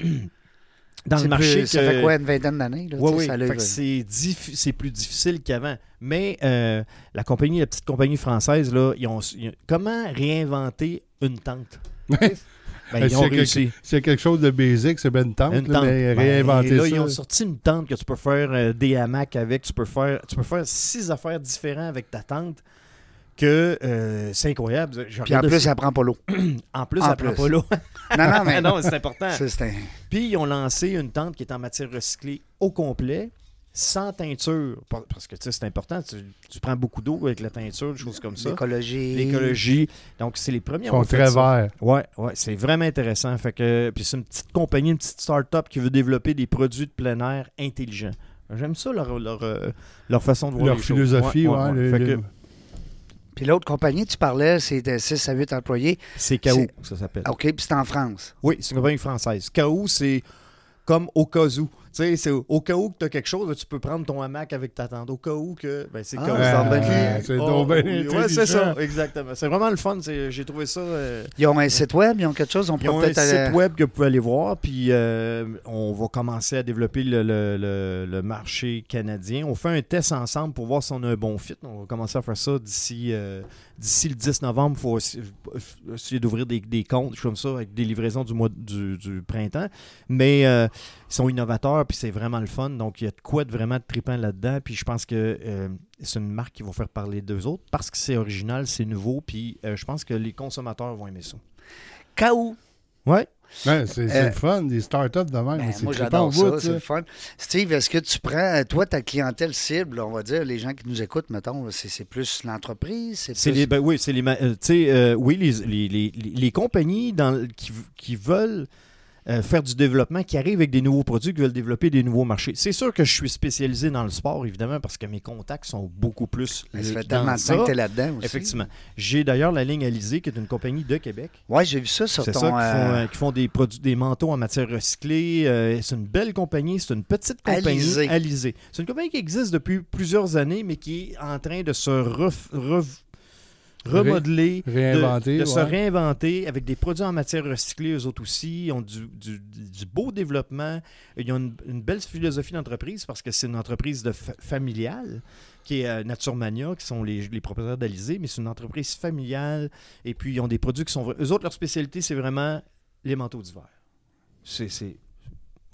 Speaker 3: dans le
Speaker 1: C'est
Speaker 3: marché.
Speaker 1: plus- euh, Ça
Speaker 3: que-
Speaker 1: fait quoi, une vingtaine d'années? là,
Speaker 3: Ouais,
Speaker 1: tu sais,
Speaker 3: oui,
Speaker 1: ça l'a-
Speaker 3: Fait que c'est diffi- c'est plus difficile qu'avant. Mais euh, la compagnie, la petite compagnie française, là, ils ont, ils ont- comment réinventer une tente? Ben,
Speaker 2: Euh,
Speaker 3: ils ont
Speaker 2: c'est
Speaker 3: réussi.
Speaker 2: C'est quelque chose de basique, c'est ben une tente,
Speaker 3: Une
Speaker 2: là,
Speaker 3: tente.
Speaker 2: mais
Speaker 3: Ben,
Speaker 2: réinventer
Speaker 3: là,
Speaker 2: ça.
Speaker 3: ils ont sorti une tente que tu peux faire euh, des hamacs avec, tu peux faire, tu peux faire six affaires différentes avec ta tente que euh, c'est incroyable. Je
Speaker 1: Puis en
Speaker 3: regarde-
Speaker 1: plus, ça prend pas l'eau.
Speaker 3: en plus,
Speaker 1: en
Speaker 3: ça prend
Speaker 1: plus.
Speaker 3: pas l'eau.
Speaker 1: Non, non, mais.
Speaker 3: non, c'est important.
Speaker 1: ça, c'est un-
Speaker 3: Puis ils ont lancé une tente qui est en matière recyclée au complet, sans teinture. Par- Parce que tu sais, c'est important, tu, tu prends beaucoup d'eau avec la teinture, des choses comme ça.
Speaker 1: L'écologie.
Speaker 3: L'écologie. Donc, c'est les premiers
Speaker 2: Ils
Speaker 3: à
Speaker 2: sont
Speaker 3: avoir fait
Speaker 2: très
Speaker 3: ça.
Speaker 2: verts.
Speaker 3: Ouais, ouais, c'est vraiment intéressant. Fait que, puis c'est une petite compagnie, une petite start-up qui veut développer des produits de plein air intelligents. J'aime ça, leur, leur, euh, leur façon de voir
Speaker 2: Leur
Speaker 3: les choses.
Speaker 2: philosophie,
Speaker 3: Ouais,
Speaker 2: ouais,
Speaker 3: ouais,
Speaker 2: le-
Speaker 3: ouais. Fait
Speaker 2: le-
Speaker 3: que
Speaker 1: Puis l'autre compagnie, tu parlais, c'était 6 à 8 employés.
Speaker 3: C'est KO, ça s'appelle.
Speaker 1: OK, puis c'est en France.
Speaker 3: Oui, c'est une compagnie française. KO, c'est comme au cas où. Tu sais, c'est au cas où que tu as quelque chose, tu peux prendre ton hamac avec ta tente. Au cas où que. Ben, c'est
Speaker 1: Ah,
Speaker 3: KO.
Speaker 1: c'est donc bien
Speaker 3: Ouais,
Speaker 2: c'est
Speaker 3: oh,
Speaker 2: donc bien
Speaker 3: oui, ouais,
Speaker 2: intelligent.
Speaker 3: c'est ça, exactement. C'est vraiment le fun. c'est- J'ai trouvé ça. euh,
Speaker 1: Ils ont un site web, ils ont quelque chose, on
Speaker 3: Ils
Speaker 1: peut
Speaker 3: ont un
Speaker 1: peut-être aller-
Speaker 3: site web que vous pouvez aller voir, puis euh, on va commencer à développer le, le- le- le marché canadien. On fait un test ensemble pour voir si on a un bon fit. On va commencer à faire ça d'ici euh, d'ici le 10 novembre. Il faut aussi- euh, essayer d'ouvrir des, des comptes comme ça avec des livraisons du mois du, du printemps. Mais euh, ils sont innovateurs, puis c'est vraiment le fun. Donc, il y a de quoi de vraiment de trippant là-dedans. Puis je pense que euh, c'est une marque qui va faire parler d'eux autres parce que c'est original, c'est nouveau, puis euh, je pense que les consommateurs vont aimer ça.
Speaker 1: KO.
Speaker 3: Ouais.
Speaker 2: Ouais, Ben, c'est c'est
Speaker 3: Eh,
Speaker 1: Euh,
Speaker 2: le fun, des startups de même.
Speaker 1: Ben,
Speaker 2: c'est
Speaker 1: moi,
Speaker 2: trippant au
Speaker 1: j'adore
Speaker 2: bout,
Speaker 1: ça, c'est le fun. Steve, est-ce que tu prends, euh, toi, ta clientèle cible, on va dire, les gens qui nous écoutent, mettons, c'est c'est plus l'entreprise, c'est
Speaker 3: C'est
Speaker 1: plus...
Speaker 3: les, ben oui, c'est les, ma- euh, tu sais, euh, oui, les, les, les- les- les compagnies dans, le- qui, qui veulent euh, faire du développement, qui arrivent avec des nouveaux produits, qui veulent développer des nouveaux marchés. C'est sûr que je suis spécialisé dans le sport, évidemment, parce que mes contacts sont beaucoup plus
Speaker 1: Ben, ça
Speaker 3: euh,
Speaker 1: fait
Speaker 3: dans
Speaker 1: tellement de
Speaker 3: ça.
Speaker 1: temps que t'es là-dedans aussi.
Speaker 3: Effectivement. J'ai d'ailleurs la ligne Alizé, qui est une compagnie de Québec.
Speaker 1: Oui, j'ai vu ça sur
Speaker 3: C'est
Speaker 1: ton...
Speaker 3: ça, qui font,
Speaker 1: euh,
Speaker 3: euh, qui font des produits, des manteaux en matière recyclée. euh, c'est une belle compagnie, c'est une petite compagnie.
Speaker 1: Alizé.
Speaker 3: Alizé. C'est une compagnie qui existe depuis plusieurs années, mais qui est en train de se ref- rev- remodeler, de-
Speaker 2: Réinventer,
Speaker 3: de, se
Speaker 2: ouais.
Speaker 3: réinventer avec des produits en matière recyclée. Eux autres aussi, ils ont du, du- du beau développement. Ils ont une, une belle philosophie d'entreprise parce que c'est une entreprise de fa- familiale qui est euh, Naturemania, qui sont les, les propriétaires d'Alizé, mais c'est une entreprise familiale. Et puis, ils ont des produits qui sont... vra- Eux autres, leur spécialité, c'est vraiment les manteaux d'hiver. C'est... c'est-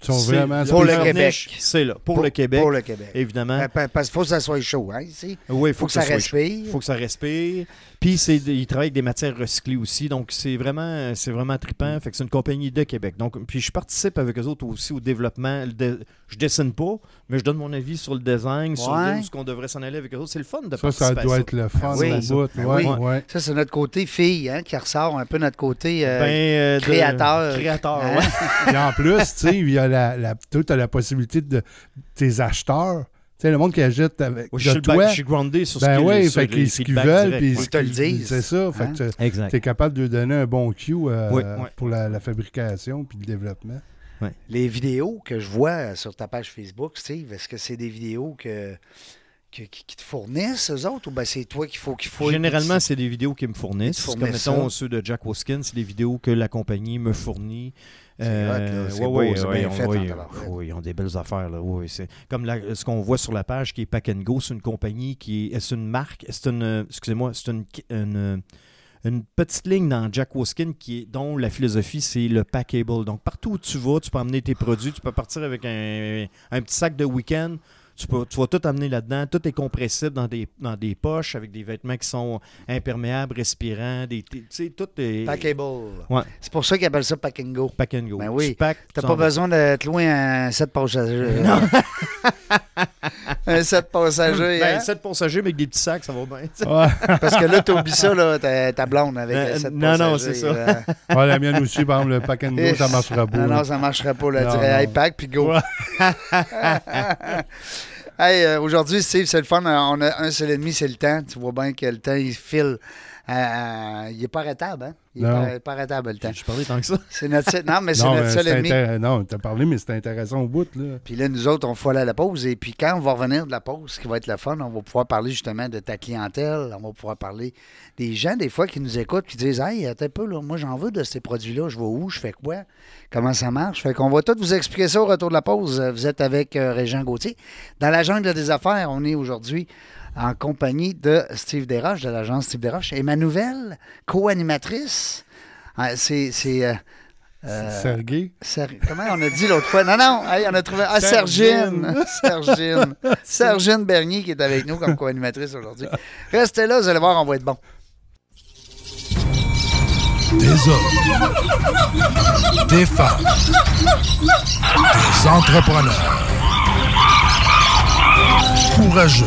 Speaker 2: Ils sont
Speaker 3: c'est-
Speaker 2: vraiment
Speaker 1: Pour le
Speaker 3: leur
Speaker 1: Québec.
Speaker 3: niche, C'est là. Pour, le Québec,
Speaker 1: Pour le Québec.
Speaker 3: évidemment.
Speaker 1: Ben, pa- Parce qu'il faut que ça soit chaud, hein, ici.
Speaker 3: oui, il
Speaker 1: Il faut, que, ça
Speaker 3: soit
Speaker 1: respire.
Speaker 3: il faut Hein? que ça respire. Puis c'est, ils travaillent avec des matières recyclées aussi. Donc c'est vraiment, c'est vraiment trippant. Fait que c'est une compagnie de Québec. Donc puis je participe avec eux autres aussi au développement. Le dé- je dessine pas, mais je donne mon avis sur le design, sur
Speaker 1: Ouais.
Speaker 3: le- ce qu'on devrait s'en aller avec eux autres. C'est le fun de
Speaker 2: Ça, ça
Speaker 3: participer. à
Speaker 2: doit
Speaker 3: ça.
Speaker 2: être le fun
Speaker 1: Ah oui,
Speaker 2: au
Speaker 1: ça.
Speaker 2: bout.
Speaker 1: Ben
Speaker 2: ouais,
Speaker 1: oui.
Speaker 2: ouais.
Speaker 1: Ça, c'est notre côté fille, hein, qui ressort un peu notre côté... euh,
Speaker 3: Ben, euh, de-
Speaker 1: créateur.
Speaker 3: Créateur,
Speaker 1: Hein?
Speaker 3: ouais.
Speaker 2: Et en plus, tu sais, il y a la, la, toi, t'as la possibilité de tes acheteurs, tu sais, le monde qui achète avec
Speaker 3: Ouais, je,
Speaker 2: de
Speaker 3: suis le
Speaker 2: toi.
Speaker 3: back- je suis groundé sur
Speaker 2: ben
Speaker 3: ce qu'ils
Speaker 2: oui,
Speaker 3: sur
Speaker 2: fait
Speaker 3: les
Speaker 2: qu'ils ce qu'ils
Speaker 3: feedbacks
Speaker 2: veulent,
Speaker 3: directs,
Speaker 2: puis
Speaker 3: ouais.
Speaker 1: Ils
Speaker 2: ce
Speaker 1: te le
Speaker 2: qu'ils-
Speaker 1: disent.
Speaker 2: C'est ça, fait
Speaker 1: Hein?
Speaker 2: que tu
Speaker 3: Exact.
Speaker 2: es capable de donner un bon cue euh,
Speaker 3: Oui, oui.
Speaker 2: pour la, la fabrication puis le développement.
Speaker 1: les vidéos que je vois sur ta page Facebook, Steve, est-ce que c'est des vidéos que, que- qui, qui te fournissent, eux autres, ou ben c'est toi qu'il faut qu'il faut.
Speaker 3: Généralement, c'est des vidéos qu'ils me
Speaker 1: Ils
Speaker 3: fournissent.
Speaker 1: te
Speaker 3: Comme
Speaker 1: fournissent
Speaker 3: mettons
Speaker 1: ça.
Speaker 3: ceux de Jack Woskins, c'est des vidéos que la compagnie me fournit. Euh,
Speaker 1: C'est hot, là. C'est
Speaker 3: ouais,
Speaker 1: beau,
Speaker 3: ouais,
Speaker 1: c'est
Speaker 3: ouais,
Speaker 1: bien
Speaker 3: on-
Speaker 1: fait,
Speaker 3: ouais,
Speaker 1: en tabarouette.
Speaker 3: ouais, ils ont des belles affaires. Là. Ouais, c'est comme la- ce qu'on voit sur la page qui est Pack and Go, c'est une compagnie qui est. C'est une marque, c'est une. euh, Excusez-moi, c'est une. une une petite ligne dans Jack Woskin qui est, dont la philosophie, c'est le packable. Donc, partout où tu vas, tu peux emmener tes produits. Tu peux partir avec un, un petit sac de week-end. Tu, peux, tu vas tout amener là-dedans. Tout est compressible dans des, dans des poches avec des vêtements qui sont imperméables, respirants. Des, tu sais, tout est...
Speaker 1: Packable.
Speaker 3: Ouais.
Speaker 1: C'est pour ça qu'ils appellent ça pack and go.
Speaker 3: Pack and go.
Speaker 1: Ben oui.
Speaker 3: Tu packs,
Speaker 1: T'as
Speaker 3: tu
Speaker 1: pas
Speaker 3: en vas.
Speaker 1: besoin de te louer un 7 passagers. Non. un 7 passagers.
Speaker 3: Ben,
Speaker 1: hein?
Speaker 3: 7 passagers, mais avec des petits sacs, ça va bien. tu sais.
Speaker 2: Ouais.
Speaker 1: Parce que là, t'oublies ça, là, ta, ta blonde avec
Speaker 3: Euh,
Speaker 1: un 7
Speaker 3: non,
Speaker 1: passagers.
Speaker 3: non, c'est ça.
Speaker 1: là.
Speaker 2: Ouais, Ah, la mienne aussi, par exemple, le pack and go, ça marchera
Speaker 1: Non, non,
Speaker 2: pas.
Speaker 1: ça marchera pas. Là.
Speaker 2: Non,
Speaker 1: Je dirais,
Speaker 2: non.
Speaker 1: hey, pack, puis go.
Speaker 2: Ouais.
Speaker 1: Hey, euh, aujourd'hui, Steve, c'est le fun. Euh, On a un seul ennemi, c'est le temps. Tu vois bien que le temps, il file Euh, il n'est pas arrêtable, hein? Il n'est
Speaker 2: Non.
Speaker 1: pas, pas arrêtable, le temps.
Speaker 3: Je parlais tant que ça.
Speaker 1: C'est notre seul- Non, mais c'est
Speaker 2: Non,
Speaker 1: notre
Speaker 2: euh,
Speaker 1: seul
Speaker 2: c'est
Speaker 1: ennemi.
Speaker 2: intér- non, t'as parlé, mais c'est intéressant au bout, là.
Speaker 1: Puis là, nous autres, on faut aller à la pause. Et puis quand on va revenir de la pause, ce qui va être le fun, on va pouvoir parler justement de ta clientèle. On va pouvoir parler des gens, des fois, qui nous écoutent, qui disent Hey, attends un peu, là, moi, j'en veux de ces produits-là. Je vais où Je fais quoi Comment ça marche Fait qu'on va tout vous expliquer ça au retour de la pause. Vous êtes avec euh, Régent Gauthier. Dans la jungle des affaires, on est aujourd'hui en compagnie de Steve Desroches, de l'agence Steve Desroches. Et ma nouvelle co-animatrice, euh, c'est. c'est, euh,
Speaker 2: Sergué.
Speaker 1: Ser- Comment on a dit l'autre fois? Non, non, hey, on a trouvé. Ah, Sergine! Sergine! Sergine Bernier qui est avec nous comme co-animatrice aujourd'hui. Restez là, vous allez voir, on va être bon.
Speaker 4: des hommes, des femmes, des entrepreneurs courageux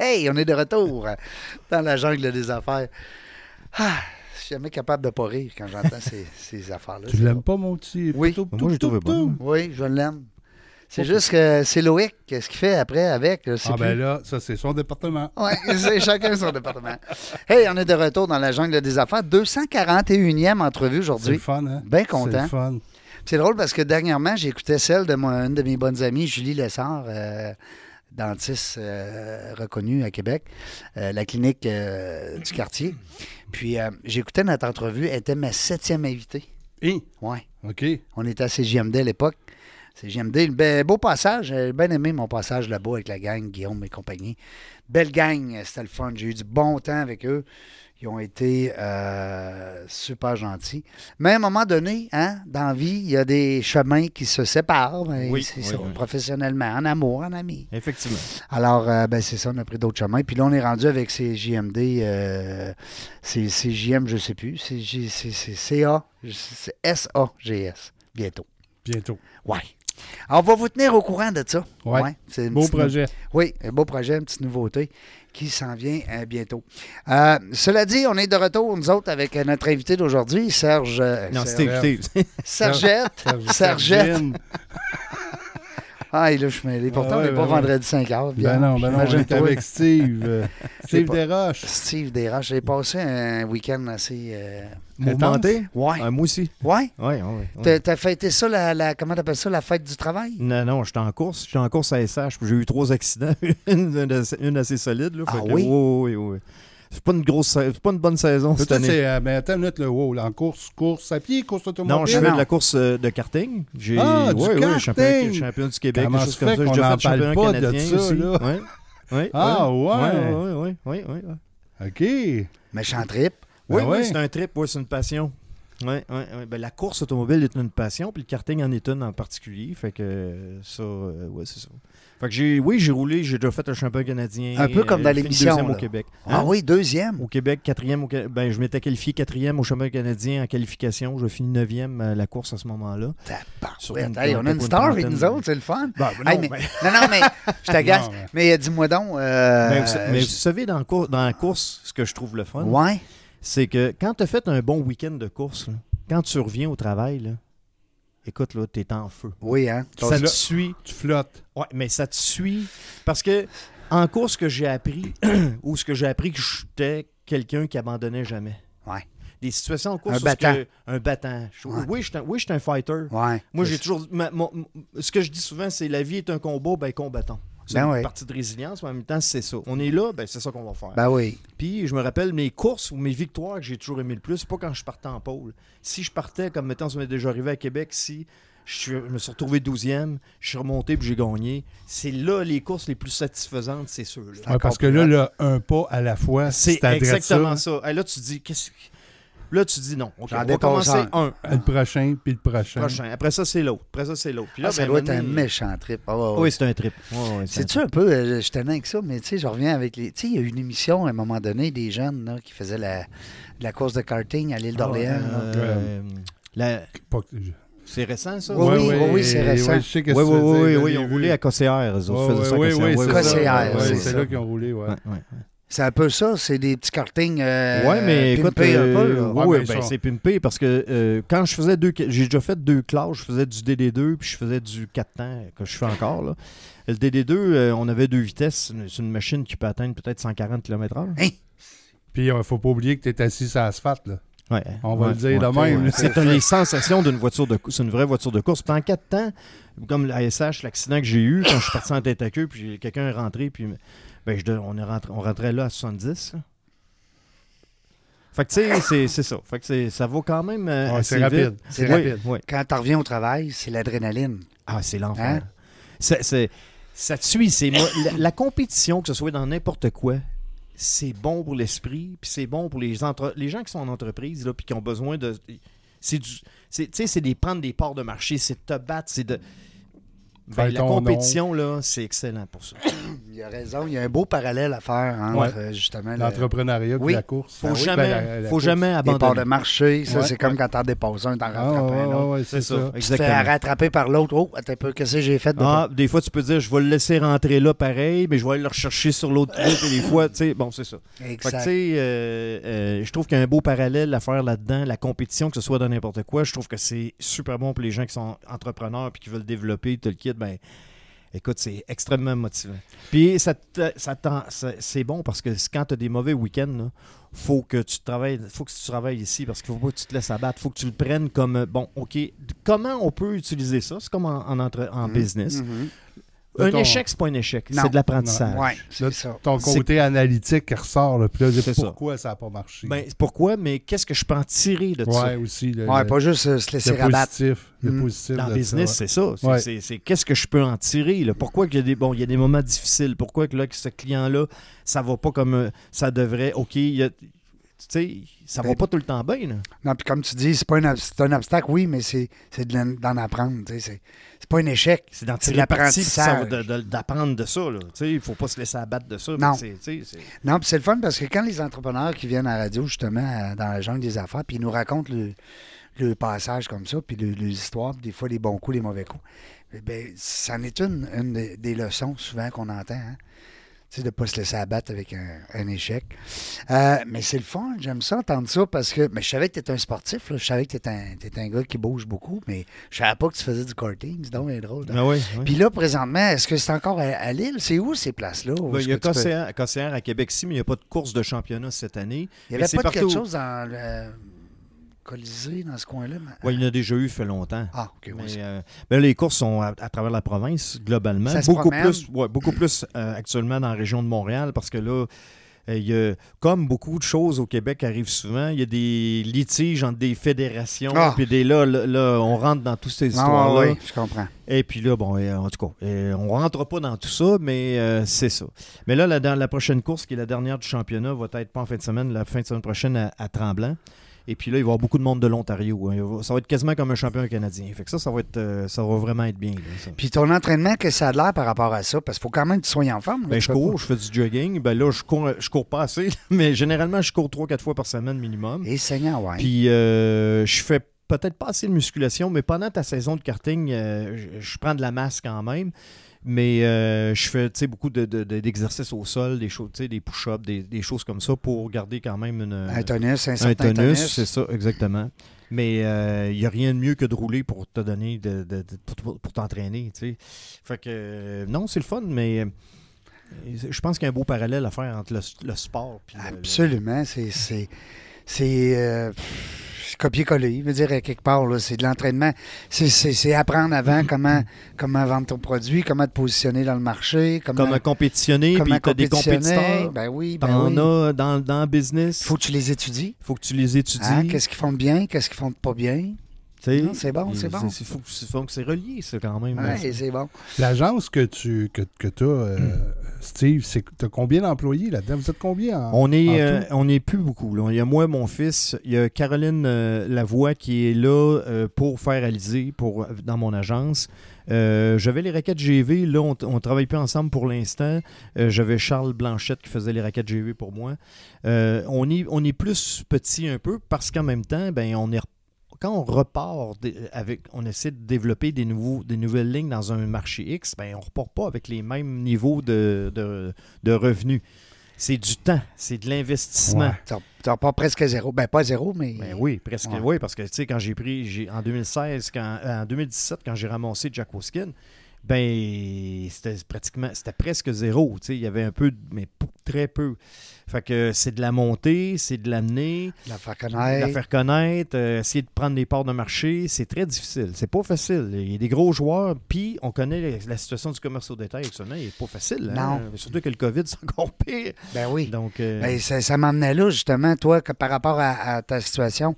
Speaker 1: Hey, on est de retour dans la jungle des affaires. Ah, je suis jamais capable de pas rire quand j'entends ces, ces affaires-là.
Speaker 2: Tu l'aimes pas, mon petit?
Speaker 1: Oui.
Speaker 2: Tout-
Speaker 3: Moi, je
Speaker 2: tout-
Speaker 3: le trouvais
Speaker 2: tout- tout.
Speaker 1: Oui, je l'aime. C'est juste que c'est Loïc, qu'est-ce qu'il fait après avec? je sais
Speaker 2: Ah,
Speaker 1: plus.
Speaker 2: ben là, ça, c'est son département.
Speaker 1: Ouais, c'est chacun son département. Hey, on est de retour dans la jungle des affaires. 241e entrevue
Speaker 2: C'est le
Speaker 1: aujourd'hui.
Speaker 2: fun, hein?
Speaker 1: Bien
Speaker 2: C'est
Speaker 1: content.
Speaker 2: le fun.
Speaker 1: C'est drôle parce que dernièrement, j'écoutais celle de mon- une de mes bonnes amies, Julie Lessard, euh, dentiste euh, reconnue à Québec, euh, la clinique euh, du quartier. Puis euh, j'écoutais notre entrevue, elle était ma septième invitée.
Speaker 2: Hi!
Speaker 1: Ouais,
Speaker 2: OK.
Speaker 1: on était à CJMD à l'époque. CJMD, ben, beau passage. J'ai bien aimé mon passage là-bas avec la gang, Guillaume et compagnie. Belle gang, c'était le fun. J'ai eu du bon temps avec eux. Ils ont été euh, super gentils. Mais à un moment donné, hein, dans la vie, il y a des chemins qui se séparent. ben,
Speaker 3: Oui,
Speaker 1: c'est
Speaker 3: oui,
Speaker 1: ça,
Speaker 3: oui.
Speaker 1: Professionnellement, en amour, en ami.
Speaker 3: Effectivement.
Speaker 1: Alors, euh, ben, c'est ça, on a pris d'autres chemins. Puis là, on est rendu avec CJMD, euh, c'est CJM, je sais plus, c'est J- c'est- c'est CA, c'est SAGS, bientôt.
Speaker 2: Bientôt.
Speaker 1: Ouais. Alors, on va vous tenir au courant de ça.
Speaker 2: Ouais.
Speaker 1: c'est une
Speaker 2: Beau
Speaker 1: petite-
Speaker 2: projet.
Speaker 1: Oui, un beau projet, une petite nouveauté qui s'en vient euh, bientôt. Euh, cela dit, on est de retour, nous autres, avec euh, notre invité d'aujourd'hui, Serge. euh,
Speaker 3: Non,
Speaker 1: Serge-
Speaker 3: Steve, Steve.
Speaker 1: Sergette. Sergette.
Speaker 2: Sergine.
Speaker 1: Ah, et là, je suis mêlé. Pourtant,
Speaker 2: Ah ouais,
Speaker 1: on n'est pas
Speaker 2: ben ouais.
Speaker 1: vendredi 5 h.
Speaker 2: Ben non, ben non, on est avec Steve. euh, Steve
Speaker 1: pas-
Speaker 2: Desroches.
Speaker 1: Steve Desroches. J'ai passé un week-end assez. euh,
Speaker 3: Mouvementé.
Speaker 1: Ouais.
Speaker 3: Ah, moi aussi.
Speaker 1: Ouais.
Speaker 3: Ouais, ouais, ouais.
Speaker 1: T'as- T'as fêté ça, la, la- comment t'appelles ça, la fête du
Speaker 2: Mm.
Speaker 1: travail?
Speaker 3: Non, non, j'étais en course. J'étais en course à SH. puis J'ai eu trois accidents. une, une assez- une assez solide. Là,
Speaker 1: Ah
Speaker 3: Fait que,
Speaker 1: oui?
Speaker 3: oui, oui, oui. C'est pas une grosse, sa- c'est pas une bonne saison cette
Speaker 2: Peut-être
Speaker 3: année.
Speaker 2: c'est. euh, Mais attends une minute, là. Wow, là, en course, course à pied, course automobile.
Speaker 3: Non, je fais
Speaker 1: Non, non.
Speaker 3: de la course euh, de karting. J'ai
Speaker 2: Ah, du karting!
Speaker 3: champion, champion du Québec,
Speaker 2: Comment
Speaker 3: des choses
Speaker 2: se
Speaker 3: comme
Speaker 2: fait
Speaker 3: ça. J'ai
Speaker 2: qu'on
Speaker 3: déjà
Speaker 2: en
Speaker 3: fait
Speaker 2: parle
Speaker 3: champion
Speaker 2: pas de
Speaker 3: canadien
Speaker 2: ça,
Speaker 3: aussi.
Speaker 2: là?
Speaker 3: Ouais. Ouais,
Speaker 2: Ah, ouais.
Speaker 3: Ouais, ouais, ouais, ouais, ouais.
Speaker 2: OK. Ben
Speaker 1: Méchant trip.
Speaker 3: Oui,
Speaker 2: ouais.
Speaker 3: oui, c'est un trip, oui, c'est une passion. Ouais, ouais, ouais. Ben, la course automobile est une passion, puis le karting en est une en particulier. Fait que euh, ça, euh, ouais, c'est ça. Fait que j'ai, oui, j'ai roulé, j'ai déjà fait un champion canadien.
Speaker 1: Un peu comme dans
Speaker 3: j'ai fini
Speaker 1: l'émission,
Speaker 3: deuxième au
Speaker 1: là.
Speaker 3: Québec.
Speaker 1: Ah
Speaker 3: Hein?
Speaker 1: oui, deuxième.
Speaker 3: Au Québec, quatrième. Au, Ca- ben, je m'étais qualifié quatrième au championnat canadien en qualification. Je finis neuvième à la course à ce moment-là.
Speaker 1: Tabarouette.
Speaker 3: une-
Speaker 1: Hey, on a une
Speaker 3: une
Speaker 1: star avec
Speaker 3: trentaine.
Speaker 1: nous autres, c'est le fun.
Speaker 3: Ben,
Speaker 1: Hey, mais- Bah, non, non, mais je t'agace.
Speaker 2: Non, mais-
Speaker 1: Mais euh, dis-moi donc. euh,
Speaker 3: mais, vous, mais
Speaker 1: je-
Speaker 3: vous savez, dans, le cour- dans la course, ce que je trouve le fun,
Speaker 1: ouais.
Speaker 3: c'est que quand tu as fait un bon week-end de course, là, quand tu reviens au travail, là, écoute, là, t'es en feu.
Speaker 1: Oui, hein.
Speaker 2: Ton
Speaker 3: ça
Speaker 2: là-
Speaker 3: te suit.
Speaker 2: Tu flottes.
Speaker 3: Ouais, mais ça te suit. Parce que en cours, ce que j'ai appris, ou ce que j'ai appris que j'étais quelqu'un qui abandonnait jamais.
Speaker 1: Ouais.
Speaker 3: Des situations en cours,
Speaker 1: Un
Speaker 3: où ce que-
Speaker 1: battant.
Speaker 3: un battant. Je-
Speaker 1: Ouais.
Speaker 3: Oui, je suis un, oui, je suis un fighter.
Speaker 1: Ouais.
Speaker 3: Moi, j'ai toujours. ma- mon- mon- ce que je dis souvent, c'est la vie est un combat, ben combattant. C'est
Speaker 1: Ben
Speaker 3: une
Speaker 1: ouais.
Speaker 3: partie de résilience, mais en même temps, c'est ça. On est là, ben c'est ça qu'on va faire.
Speaker 1: Ben oui.
Speaker 3: Puis je me rappelle mes courses ou mes victoires que j'ai toujours aimé le plus, c'est pas quand je partais en pôle. Si je partais, comme mettons, ça m'est déjà arrivé à Québec, si Je, suis- je me suis retrouvé 12e, je suis remonté puis j'ai gagné. C'est là les courses les plus satisfaisantes, c'est sûr. là.
Speaker 2: Ouais, parce que là, là, un pas à la fois,
Speaker 3: C'est
Speaker 2: si t'adresses
Speaker 3: exactement ça. Hey, là, tu dis, qu'est-ce que- Là, tu dis non. OK,
Speaker 1: hein. J'en
Speaker 3: on va
Speaker 1: dépense
Speaker 3: commencer
Speaker 1: un.
Speaker 3: un.
Speaker 2: Le prochain, puis le prochain.
Speaker 3: Prochain. Après ça, c'est l'autre. Après ça, c'est l'autre. Puis là,
Speaker 1: Ah, ça
Speaker 3: ben,
Speaker 1: doit
Speaker 3: à
Speaker 1: être un
Speaker 3: moment donné-
Speaker 1: méchant trip. Ah, ouais, ouais.
Speaker 3: Oui, c'est un trip. Ouais, ouais, c'est un
Speaker 1: C'est-tu un peu, euh, je suis tannant avec ça, mais tu sais, je reviens avec les. Tu sais, il y a eu une émission à un moment donné des jeunes là, qui faisaient la, de la course de karting à l'île d'Orléans.
Speaker 3: Ah,
Speaker 1: là.
Speaker 3: euh, la-
Speaker 2: Pas que- je-
Speaker 3: C'est récent, ça?
Speaker 1: Oui,
Speaker 2: Ouais,
Speaker 1: oui,
Speaker 2: ouais,
Speaker 1: oui, oui, c'est
Speaker 2: ouais,
Speaker 1: récent.
Speaker 2: je sais que
Speaker 3: oui, oui,
Speaker 2: ce que tu veux
Speaker 3: oui,
Speaker 2: dire, je
Speaker 3: oui, ils
Speaker 2: l'ai
Speaker 3: ont
Speaker 2: vu.
Speaker 3: roulé à Cossière, eux autres.
Speaker 2: Ouais,
Speaker 3: faisaient ça à
Speaker 2: ouais,
Speaker 3: Cossière.
Speaker 2: ouais,
Speaker 3: Ouais,
Speaker 2: c'est
Speaker 3: ouais,
Speaker 2: ça.
Speaker 1: Cossière,
Speaker 2: Ouais,
Speaker 1: c'est
Speaker 2: c'est
Speaker 1: ça.
Speaker 2: là qu'ils ont roulé, ouais.
Speaker 3: Ouais, ouais.
Speaker 1: C'est un peu ça, c'est des petits kartings. euh,
Speaker 3: Ouais, mais écoute,
Speaker 1: pimpés un peu.
Speaker 3: euh,
Speaker 1: là.
Speaker 3: ouais,
Speaker 2: Ouais,
Speaker 3: ouais,
Speaker 2: mais
Speaker 3: ben,
Speaker 2: ça-
Speaker 3: c'est pimpé parce que euh, quand je faisais deux, j'ai déjà fait deux classes, je faisais du DD2 puis je faisais du 4 ans que je fais encore. Là. Le DD2, euh, on avait deux vitesses, c'est une machine qui peut atteindre peut-être 140 km/h.
Speaker 2: Puis il faut pas oublier que tu es assis sur l'asphalte. là.
Speaker 3: Ouais,
Speaker 2: On va
Speaker 3: ouais,
Speaker 2: le dire
Speaker 3: ouais.
Speaker 2: de même. là.
Speaker 3: C'est un- les sensations d'une voiture de course. C'est une vraie voiture de course. Puis en quatre temps, comme l'ASH, l'accident que j'ai eu, quand je suis parti en tête à queue, puis quelqu'un est rentré, puis ben, je, de- on, est rentré, on rentrait là à 70. là. Fait que tu sais, c'est- c'est ça. Fait que c'est- ça va quand même. euh,
Speaker 2: Ouais,
Speaker 3: assez
Speaker 2: c'est rapide.
Speaker 3: vite.
Speaker 1: C'est
Speaker 3: Oui,
Speaker 1: rapide.
Speaker 3: oui.
Speaker 1: Quand tu reviens au travail, c'est l'adrénaline.
Speaker 3: Ah, c'est l'enfer.
Speaker 1: Hein?
Speaker 3: C'est- c'est- ça te suit. c'est mo- la, la compétition, que ce soit dans n'importe quoi, c'est bon pour l'esprit, puis c'est bon pour les, entre- les gens qui sont en entreprise, là, puis qui ont besoin de. C'est du. c'est- Tu sais, c'est des prendre des parts de marché, c'est de te battre, c'est de. Ben,
Speaker 2: Faire
Speaker 3: la
Speaker 2: ton Ben
Speaker 3: compétition, là, c'est excellent pour ça.
Speaker 1: Il y a raison, il y a un beau parallèle à faire entre euh, justement le-
Speaker 2: L'entrepreneuriat puis
Speaker 1: Oui.
Speaker 2: la course.
Speaker 3: Faut
Speaker 2: Ben oui,
Speaker 3: jamais,
Speaker 2: ben, la- la
Speaker 3: faut
Speaker 2: course.
Speaker 3: jamais
Speaker 1: les parts
Speaker 3: abandonner.
Speaker 1: de marché. Ça,
Speaker 2: Ouais.
Speaker 1: c'est comme quand t'en déposes un, t'en
Speaker 2: Ah,
Speaker 1: rattrapes
Speaker 2: ouais,
Speaker 1: un autre.
Speaker 2: ouais, ouais, c'est ça.
Speaker 1: Tu te fais
Speaker 3: Exactement.
Speaker 1: rattraper par l'autre. Oh, attends un peu, qu'est-ce que j'ai fait de
Speaker 3: Ah, des fois, tu peux dire, je vais le laisser rentrer là pareil, mais je vais aller le rechercher sur l'autre route. Et des fois, tu sais, bon, c'est ça.
Speaker 1: pas?
Speaker 3: Fait que,
Speaker 1: Exact.
Speaker 3: tu sais, euh, euh, je trouve qu'il y a un beau parallèle à faire là-dedans, la compétition, que ce soit dans n'importe quoi. Je trouve que c'est super bon pour les gens qui sont entrepreneurs puis qui veulent développer tout le kit. Ben, écoute, c'est extrêmement motivant. Puis, ça te- ça t'en- ça- c'est bon parce que quand tu as des mauvais week-ends, là, faut que tu travailles, faut que tu travailles ici parce qu'il faut pas que tu te laisses abattre. faut que tu le prennes comme, euh, bon, OK, comment on peut utiliser ça? C'est comme en, en entre- en business.
Speaker 1: Mhm.
Speaker 3: Un
Speaker 2: Ton-
Speaker 3: échec, c'est pas un échec.
Speaker 1: Non.
Speaker 3: C'est de l'apprentissage.
Speaker 1: Ouais, c'est
Speaker 2: Là,
Speaker 1: ça.
Speaker 2: Ton
Speaker 3: C'est-
Speaker 2: côté analytique qui ressort, là, puis là,
Speaker 3: C'est ça.
Speaker 2: pourquoi ça n'a pas marché.
Speaker 3: Ben, pourquoi? Mais qu'est-ce que je peux en tirer de ça?
Speaker 2: ouais, aussi. Le,
Speaker 1: Ouais,
Speaker 2: le-
Speaker 1: pas juste euh, se
Speaker 2: le
Speaker 1: laisser rabattre.
Speaker 2: positif. Le
Speaker 1: Mm.
Speaker 2: positif
Speaker 3: Hmm. dans
Speaker 2: de
Speaker 3: le
Speaker 2: ça,
Speaker 3: business,
Speaker 2: ouais.
Speaker 3: c'est ça. C'est-
Speaker 2: Ouais.
Speaker 3: C'est c'est qu'est-ce que je peux en tirer. Là? Pourquoi qu'il y a des bon, il y a des moments difficiles. Pourquoi que là, que ce client-là, ça va pas comme euh, ça devrait. Ok, il y a- tu sais, ça va
Speaker 1: Ben-
Speaker 3: pas tout le temps bien. là.
Speaker 1: Non, puis comme tu dis, c'est pas un, ob- c'est un obstacle, oui, mais c'est c'est de l'en- d'en apprendre. tu sais, C'est c'est pas un échec.
Speaker 3: C'est d'en
Speaker 1: C'est de
Speaker 3: tirer parti, puis ça va
Speaker 1: l'apprentissage.
Speaker 3: de- de- d'apprendre de ça. là. Tu sais, il faut pas se laisser abattre de ça.
Speaker 1: Non.
Speaker 3: mais c'est- tu sais, c'est-
Speaker 1: Non, puis c'est le fun parce que quand les entrepreneurs qui viennent à la radio, justement, à- dans la jungle des affaires, puis ils nous racontent le, le passage comme ça, puis le- les histoires, puis des fois les bons coups, les mauvais coups, eh ben, ça en est une, une des, des leçons souvent qu'on entend. Hein? Tu sais, de ne pas se laisser abattre avec un, un échec. Euh, mais c'est le fun, j'aime ça entendre ça parce que mais je savais que tu étais un sportif, là, je savais que tu étais un, t'es un gars qui bouge beaucoup, mais je savais pas que tu faisais du karting, c'est donc bien drôle. hein.
Speaker 3: Ah ouais, ouais.
Speaker 1: Ben, Puis là, présentement, est-ce que c'est encore à, à Lille? C'est où ces places-là? Où
Speaker 3: Ben,
Speaker 1: est-ce
Speaker 3: il y a
Speaker 1: que tu peux-
Speaker 3: Cossière Cossière à Québec, si, mais il n'y a pas de course de championnat cette
Speaker 1: Il
Speaker 3: année. Mais
Speaker 1: n'y avait
Speaker 3: c'est
Speaker 1: pas de quelque
Speaker 3: partout.
Speaker 1: chose dans le Colisée, dans ce coin-là? mais-
Speaker 3: Ouais, il y en a déjà eu fait longtemps.
Speaker 1: Ah, OK. ouais,
Speaker 3: Mais,
Speaker 1: c'est-
Speaker 3: euh, ben, les courses sont à, à travers la province, globalement.
Speaker 1: Ça se
Speaker 3: beaucoup,
Speaker 1: promène.
Speaker 3: plus, ouais, beaucoup plus euh, actuellement dans la région de Montréal, parce que là, euh, il y a- comme beaucoup de choses au Québec arrivent souvent, il y a des litiges entre des fédérations,
Speaker 1: Ah.
Speaker 3: puis des là, là, là, on rentre dans toutes ces
Speaker 1: Non,
Speaker 3: histoires-là.
Speaker 1: oui, je comprends.
Speaker 3: Et puis là, bon, euh, en tout cas, euh, on rentre pas dans tout ça, mais euh, c'est ça. Mais là, la, la prochaine course, qui est la dernière du championnat, va être pas en fin de semaine, la fin de semaine prochaine à, à Tremblant. Et puis là, il va y avoir beaucoup de monde de l'Ontario. hein. Il va- Ça va être quasiment comme un championnat canadien. Fait que ça, ça va, être, euh, ça va vraiment être bien. là, ça.
Speaker 1: Puis ton entraînement, qu'est-ce que ça a l'air par rapport à ça? Parce qu'il faut quand même que tu sois en forme. là,
Speaker 3: Ben,
Speaker 1: tu
Speaker 3: je
Speaker 1: peux
Speaker 3: cours, je fais du jogging. Ben là, je cours, je cours pas assez, mais généralement, je cours 3-4 fois par semaine
Speaker 1: pas.
Speaker 3: minimum.
Speaker 1: Et Seigneur, ouais.
Speaker 3: Puis euh, je fais peut-être pas assez de musculation, mais pendant ta saison de karting, euh, je, je prends de la masse quand même. Mais euh, je fais tu sais, beaucoup de- de- de- d'exercices au sol, des choses, tu sais, des push-ups, des, des choses comme ça pour garder quand même une,
Speaker 1: un tonus, un
Speaker 3: euh, un
Speaker 1: certain tonus.
Speaker 3: c'est ça, exactement. Mais euh, il n'y a rien de mieux que de rouler pour te donner, de, de- de- pour, pour- pour t'entraîner. tu sais. Fait que euh, non, c'est le fun, mais euh, je pense qu'il y a un beau parallèle à faire entre le, le sport. puis le- le-
Speaker 1: Absolument. C'est- C'est c'est, euh, pff, copier-coller, je veux dire, à quelque part. là, C'est de l'entraînement. C'est- C'est c'est apprendre avant comment, comment vendre ton produit, comment te positionner dans le marché, comment,
Speaker 3: Comment compétitionner, puis
Speaker 1: comment
Speaker 3: tu as des
Speaker 1: compétitionner.
Speaker 3: compétiteurs.
Speaker 1: Ben oui, ben
Speaker 3: T'en
Speaker 1: oui.
Speaker 3: as dans, dans le business.
Speaker 1: Faut
Speaker 3: Faut,
Speaker 1: que tu les étudies.
Speaker 3: faut que tu les étudies.
Speaker 1: Ah, Hein, Qu'est-ce qu'ils font de bien, qu'est-ce qu'ils font de pas bien.
Speaker 3: Tu sais,
Speaker 1: Non, c'est bon, c'est bon.
Speaker 3: Il faut, que- faut que c'est relié, ça, quand même.
Speaker 1: Ouais, c'est bon.
Speaker 2: L'agence que tu que, que as, Steve, c'est que t'as combien d'employés là-dedans? Vous êtes combien en-
Speaker 3: Hmm. On
Speaker 2: en
Speaker 3: est,
Speaker 2: tout?
Speaker 3: euh, on est plus beaucoup. là. Il y a moi, mon fils, il y a Caroline euh, Lavoie qui est là euh, pour faire Alizé pour, dans mon agence. Euh, J'avais les raquettes GV, là, on ne travaille plus ensemble pour l'instant. Euh, J'avais Charles Blanchette qui faisait les raquettes GV pour moi. Euh, on, est, on est plus petit un peu parce qu'en même temps, ben, on est quand on repart des- avec, on essaie de développer des, nouveaux, des nouvelles lignes dans un marché X, ben, on ne repart pas avec les mêmes niveaux de, de, de revenus. C'est du temps, c'est de l'investissement.
Speaker 2: Ouais.
Speaker 1: Tu repars presque à zéro. Ben, pas à zéro, mais.
Speaker 3: Ben oui, presque.
Speaker 1: Ouais.
Speaker 3: Oui, parce que tu sais, quand j'ai pris, j'ai- en 2016, quand, en 2017, quand j'ai ramassé Jack Hoskin, ben c'était pratiquement, c'était presque zéro. Tu sais, il y avait un peu, de- mais p- très peu. Fait que c'est de la montée, c'est de l'amener,
Speaker 1: La faire
Speaker 3: de la
Speaker 1: connaître.
Speaker 3: faire connaître, euh, essayer de prendre des parts de marché, c'est très difficile. C'est pas facile. Il y a des gros joueurs, puis on connaît la- la situation du commerce au détail actuellement, il n'est pas facile. hein. Surtout que le COVID, c'est encore pire.
Speaker 1: Ben oui.
Speaker 3: Donc, euh,
Speaker 1: Ben, ça ça m'emmenait là, justement, toi, que par rapport à, à ta situation,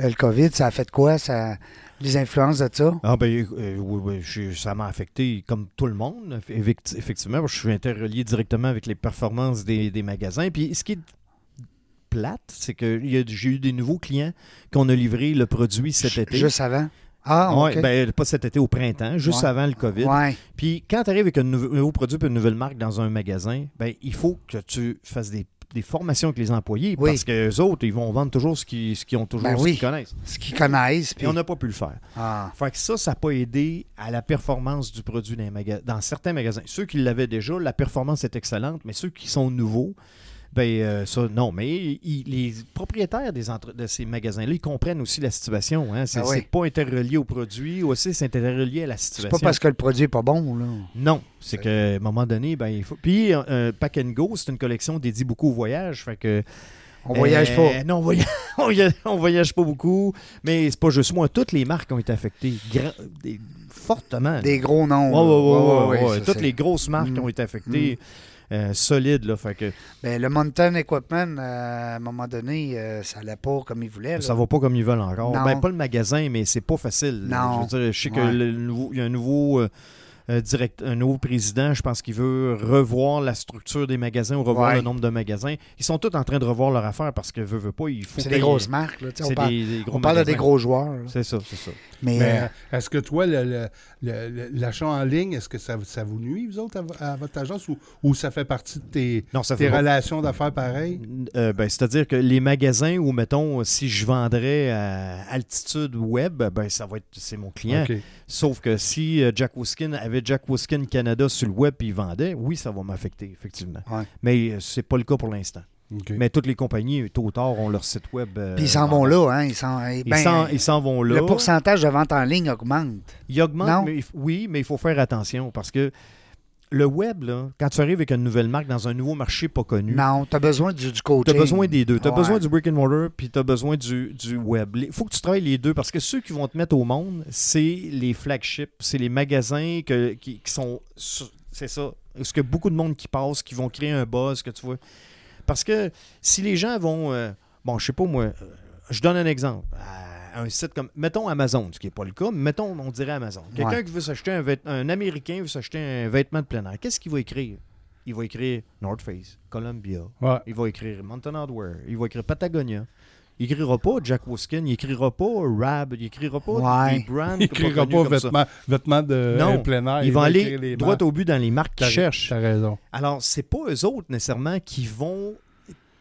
Speaker 1: euh, le COVID, ça a fait quoi? Ça, les influences de ça?
Speaker 3: Ah ben euh, oui, oui, je- ça m'a affecté comme tout le monde, effect- effectivement. parce que Je suis interrelié directement avec les performances des, des magasins. Puis ce qui est plate, c'est que il y a- j'ai eu des nouveaux clients qu'on a livré le produit cet
Speaker 1: Ju-
Speaker 3: été.
Speaker 1: Juste avant? Ah, OK.
Speaker 3: Ouais, ben, pas cet été, au printemps, juste
Speaker 1: Ouais. avant
Speaker 3: avant le COVID.
Speaker 1: Ouais.
Speaker 3: Puis quand tu arrives avec un nouveau, un nouveau produit puis une nouvelle marque dans un magasin, ben, il faut que tu fasses des, des formations avec les employés
Speaker 1: Oui.
Speaker 3: parce que les autres, ils vont vendre toujours ce qu'ils ce qu'ils ont toujours,
Speaker 1: Ben
Speaker 3: ce
Speaker 1: oui.
Speaker 3: qu'ils connaissent.
Speaker 1: Ce qu'ils connaissent.
Speaker 3: Et
Speaker 1: Puis...
Speaker 3: on n'a pas pu le faire.
Speaker 1: Ah,
Speaker 3: Fait que ça, ça n'a pas aidé à la performance du produit dans, les maga- dans certains magasins. Ceux qui l'avaient déjà, la performance est excellente, mais ceux qui sont nouveaux, ben euh, ça, non. Mais il- les propriétaires des entre- de ces magasins-là, ils comprennent aussi la situation. Hein. C'est
Speaker 1: Ah oui.
Speaker 3: c'est pas interrelié au produit, aussi c'est interrelié à la
Speaker 1: c'est
Speaker 3: situation.
Speaker 1: pas parce que le produit est pas bon, là.
Speaker 3: Non, c'est qu'à un moment donné, ben, il faut. Puis, euh, euh, Pack and Go, c'est une collection dédiée beaucoup au voyage. Fait que,
Speaker 1: On voyage pas.
Speaker 3: euh, Non, on voyage, on voyage- on voyage pas beaucoup. Mais c'est pas juste moi. Toutes les marques ont été affectées gra- des- fortement.
Speaker 1: Des gros noms.
Speaker 3: Ouais, ouais, ouais,
Speaker 1: là.
Speaker 3: ouais,
Speaker 1: Ouais,
Speaker 3: ouais.
Speaker 1: ça,
Speaker 3: Toutes
Speaker 1: c'est- Mm.
Speaker 3: les grosses marques ont été affectées euh, solides. Là, fait que
Speaker 1: Ben, le Mountain Equipment, euh, à un moment donné, euh, ça allait pas comme il voulait. là.
Speaker 3: ça va pas comme ils veulent encore.
Speaker 1: Non.
Speaker 3: Ben, pas le magasin, mais c'est pas facile. là.
Speaker 1: Non.
Speaker 3: Je, veux dire, je sais que
Speaker 1: Ouais.
Speaker 3: le nouveau- il y a un nouveau. euh, euh, direct, un nouveau président, je pense qu'il veut revoir la structure des magasins ou revoir
Speaker 1: Ouais.
Speaker 3: le nombre de magasins. Ils sont tous en train de revoir leur affaire parce que veut, veut pas, il faut
Speaker 1: C'est
Speaker 3: que-
Speaker 1: des grosses marques, là. tu sais, On
Speaker 3: c'est
Speaker 1: parle,
Speaker 3: des- des gros
Speaker 1: on parle de des
Speaker 3: magasins.
Speaker 1: gros joueurs. là.
Speaker 3: C'est ça, c'est ça.
Speaker 1: Mais,
Speaker 2: Mais,
Speaker 1: euh,
Speaker 2: euh, est-ce que toi, le- le- le- le- l'achat en ligne, est-ce que ça, ça vous nuit, vous autres, à, vo- à votre agence, ou, ou ça fait partie de tes,
Speaker 3: Non, ça
Speaker 2: tes
Speaker 3: fait pas-
Speaker 2: relations d'affaires pareilles?
Speaker 3: Euh, ben, C'est-à-dire que les magasins où, mettons, si je vendrais à altitude web, ben, ça va être, c'est mon client.
Speaker 2: OK.
Speaker 3: Sauf que si euh, Jack Woskin avait Jack Woskin Canada sur le web et il vendait, oui, ça va m'affecter, effectivement.
Speaker 1: Ouais.
Speaker 3: Mais euh, c'est pas le cas pour l'instant.
Speaker 2: OK.
Speaker 3: Mais toutes les compagnies, tôt ou tard, ont leur site web. euh,
Speaker 1: puis ils s'en vont
Speaker 3: en-
Speaker 1: là, hein. Ils s'en eh
Speaker 3: Ils
Speaker 1: ben,
Speaker 3: s'en- ils s'en vont là.
Speaker 1: Le pourcentage de vente en ligne augmente.
Speaker 3: Il
Speaker 1: Non.
Speaker 3: augmente, mais il f- oui, mais il faut faire attention parce que le web, là, quand tu arrives avec une nouvelle marque dans un nouveau marché pas connu,
Speaker 1: Non, tu as besoin du, du coaching.
Speaker 3: Hmm. T'as besoin des deux. T'as
Speaker 1: Ouais.
Speaker 3: besoin du brick and mortar, puis t'as besoin du, du web. Il faut que tu travailles les deux parce que ceux qui vont te mettre au monde, c'est les flagships, c'est les magasins que- qui, qui sont. sur- C'est ça. Ce que beaucoup de monde qui passe, qui vont créer un buzz, que tu vois. Parce que si les gens vont. euh, bon, je sais pas moi. euh, Je donne un exemple. À Un site comme. Mettons Amazon, ce qui n'est pas le cas, mais mettons, on dirait Amazon. Quelqu'un
Speaker 1: Ouais.
Speaker 3: qui veut s'acheter un vêtement. Un Américain veut s'acheter un vêtement de plein air. Qu'est-ce qu'il va écrire Il va écrire North Face, Columbia,
Speaker 2: Ouais.
Speaker 3: il va écrire Mountain Hardware. Il va écrire Patagonia. Il n'écrira pas Jack Woskin. Il n'écrira pas Rab. Il n'écrira pas
Speaker 1: Ouais.
Speaker 3: des brands.
Speaker 2: Il n'écrira pas
Speaker 3: connus comme ça.
Speaker 2: vêtements, vêtements de
Speaker 3: Non.
Speaker 2: en plein air.
Speaker 3: Ils vont
Speaker 2: va
Speaker 3: aller
Speaker 2: écrire les
Speaker 3: droit
Speaker 2: marques.
Speaker 3: au but dans les marques
Speaker 2: T'as-
Speaker 3: qu'ils cherchent.
Speaker 2: T'as raison.
Speaker 3: Alors, c'est pas eux autres nécessairement qui vont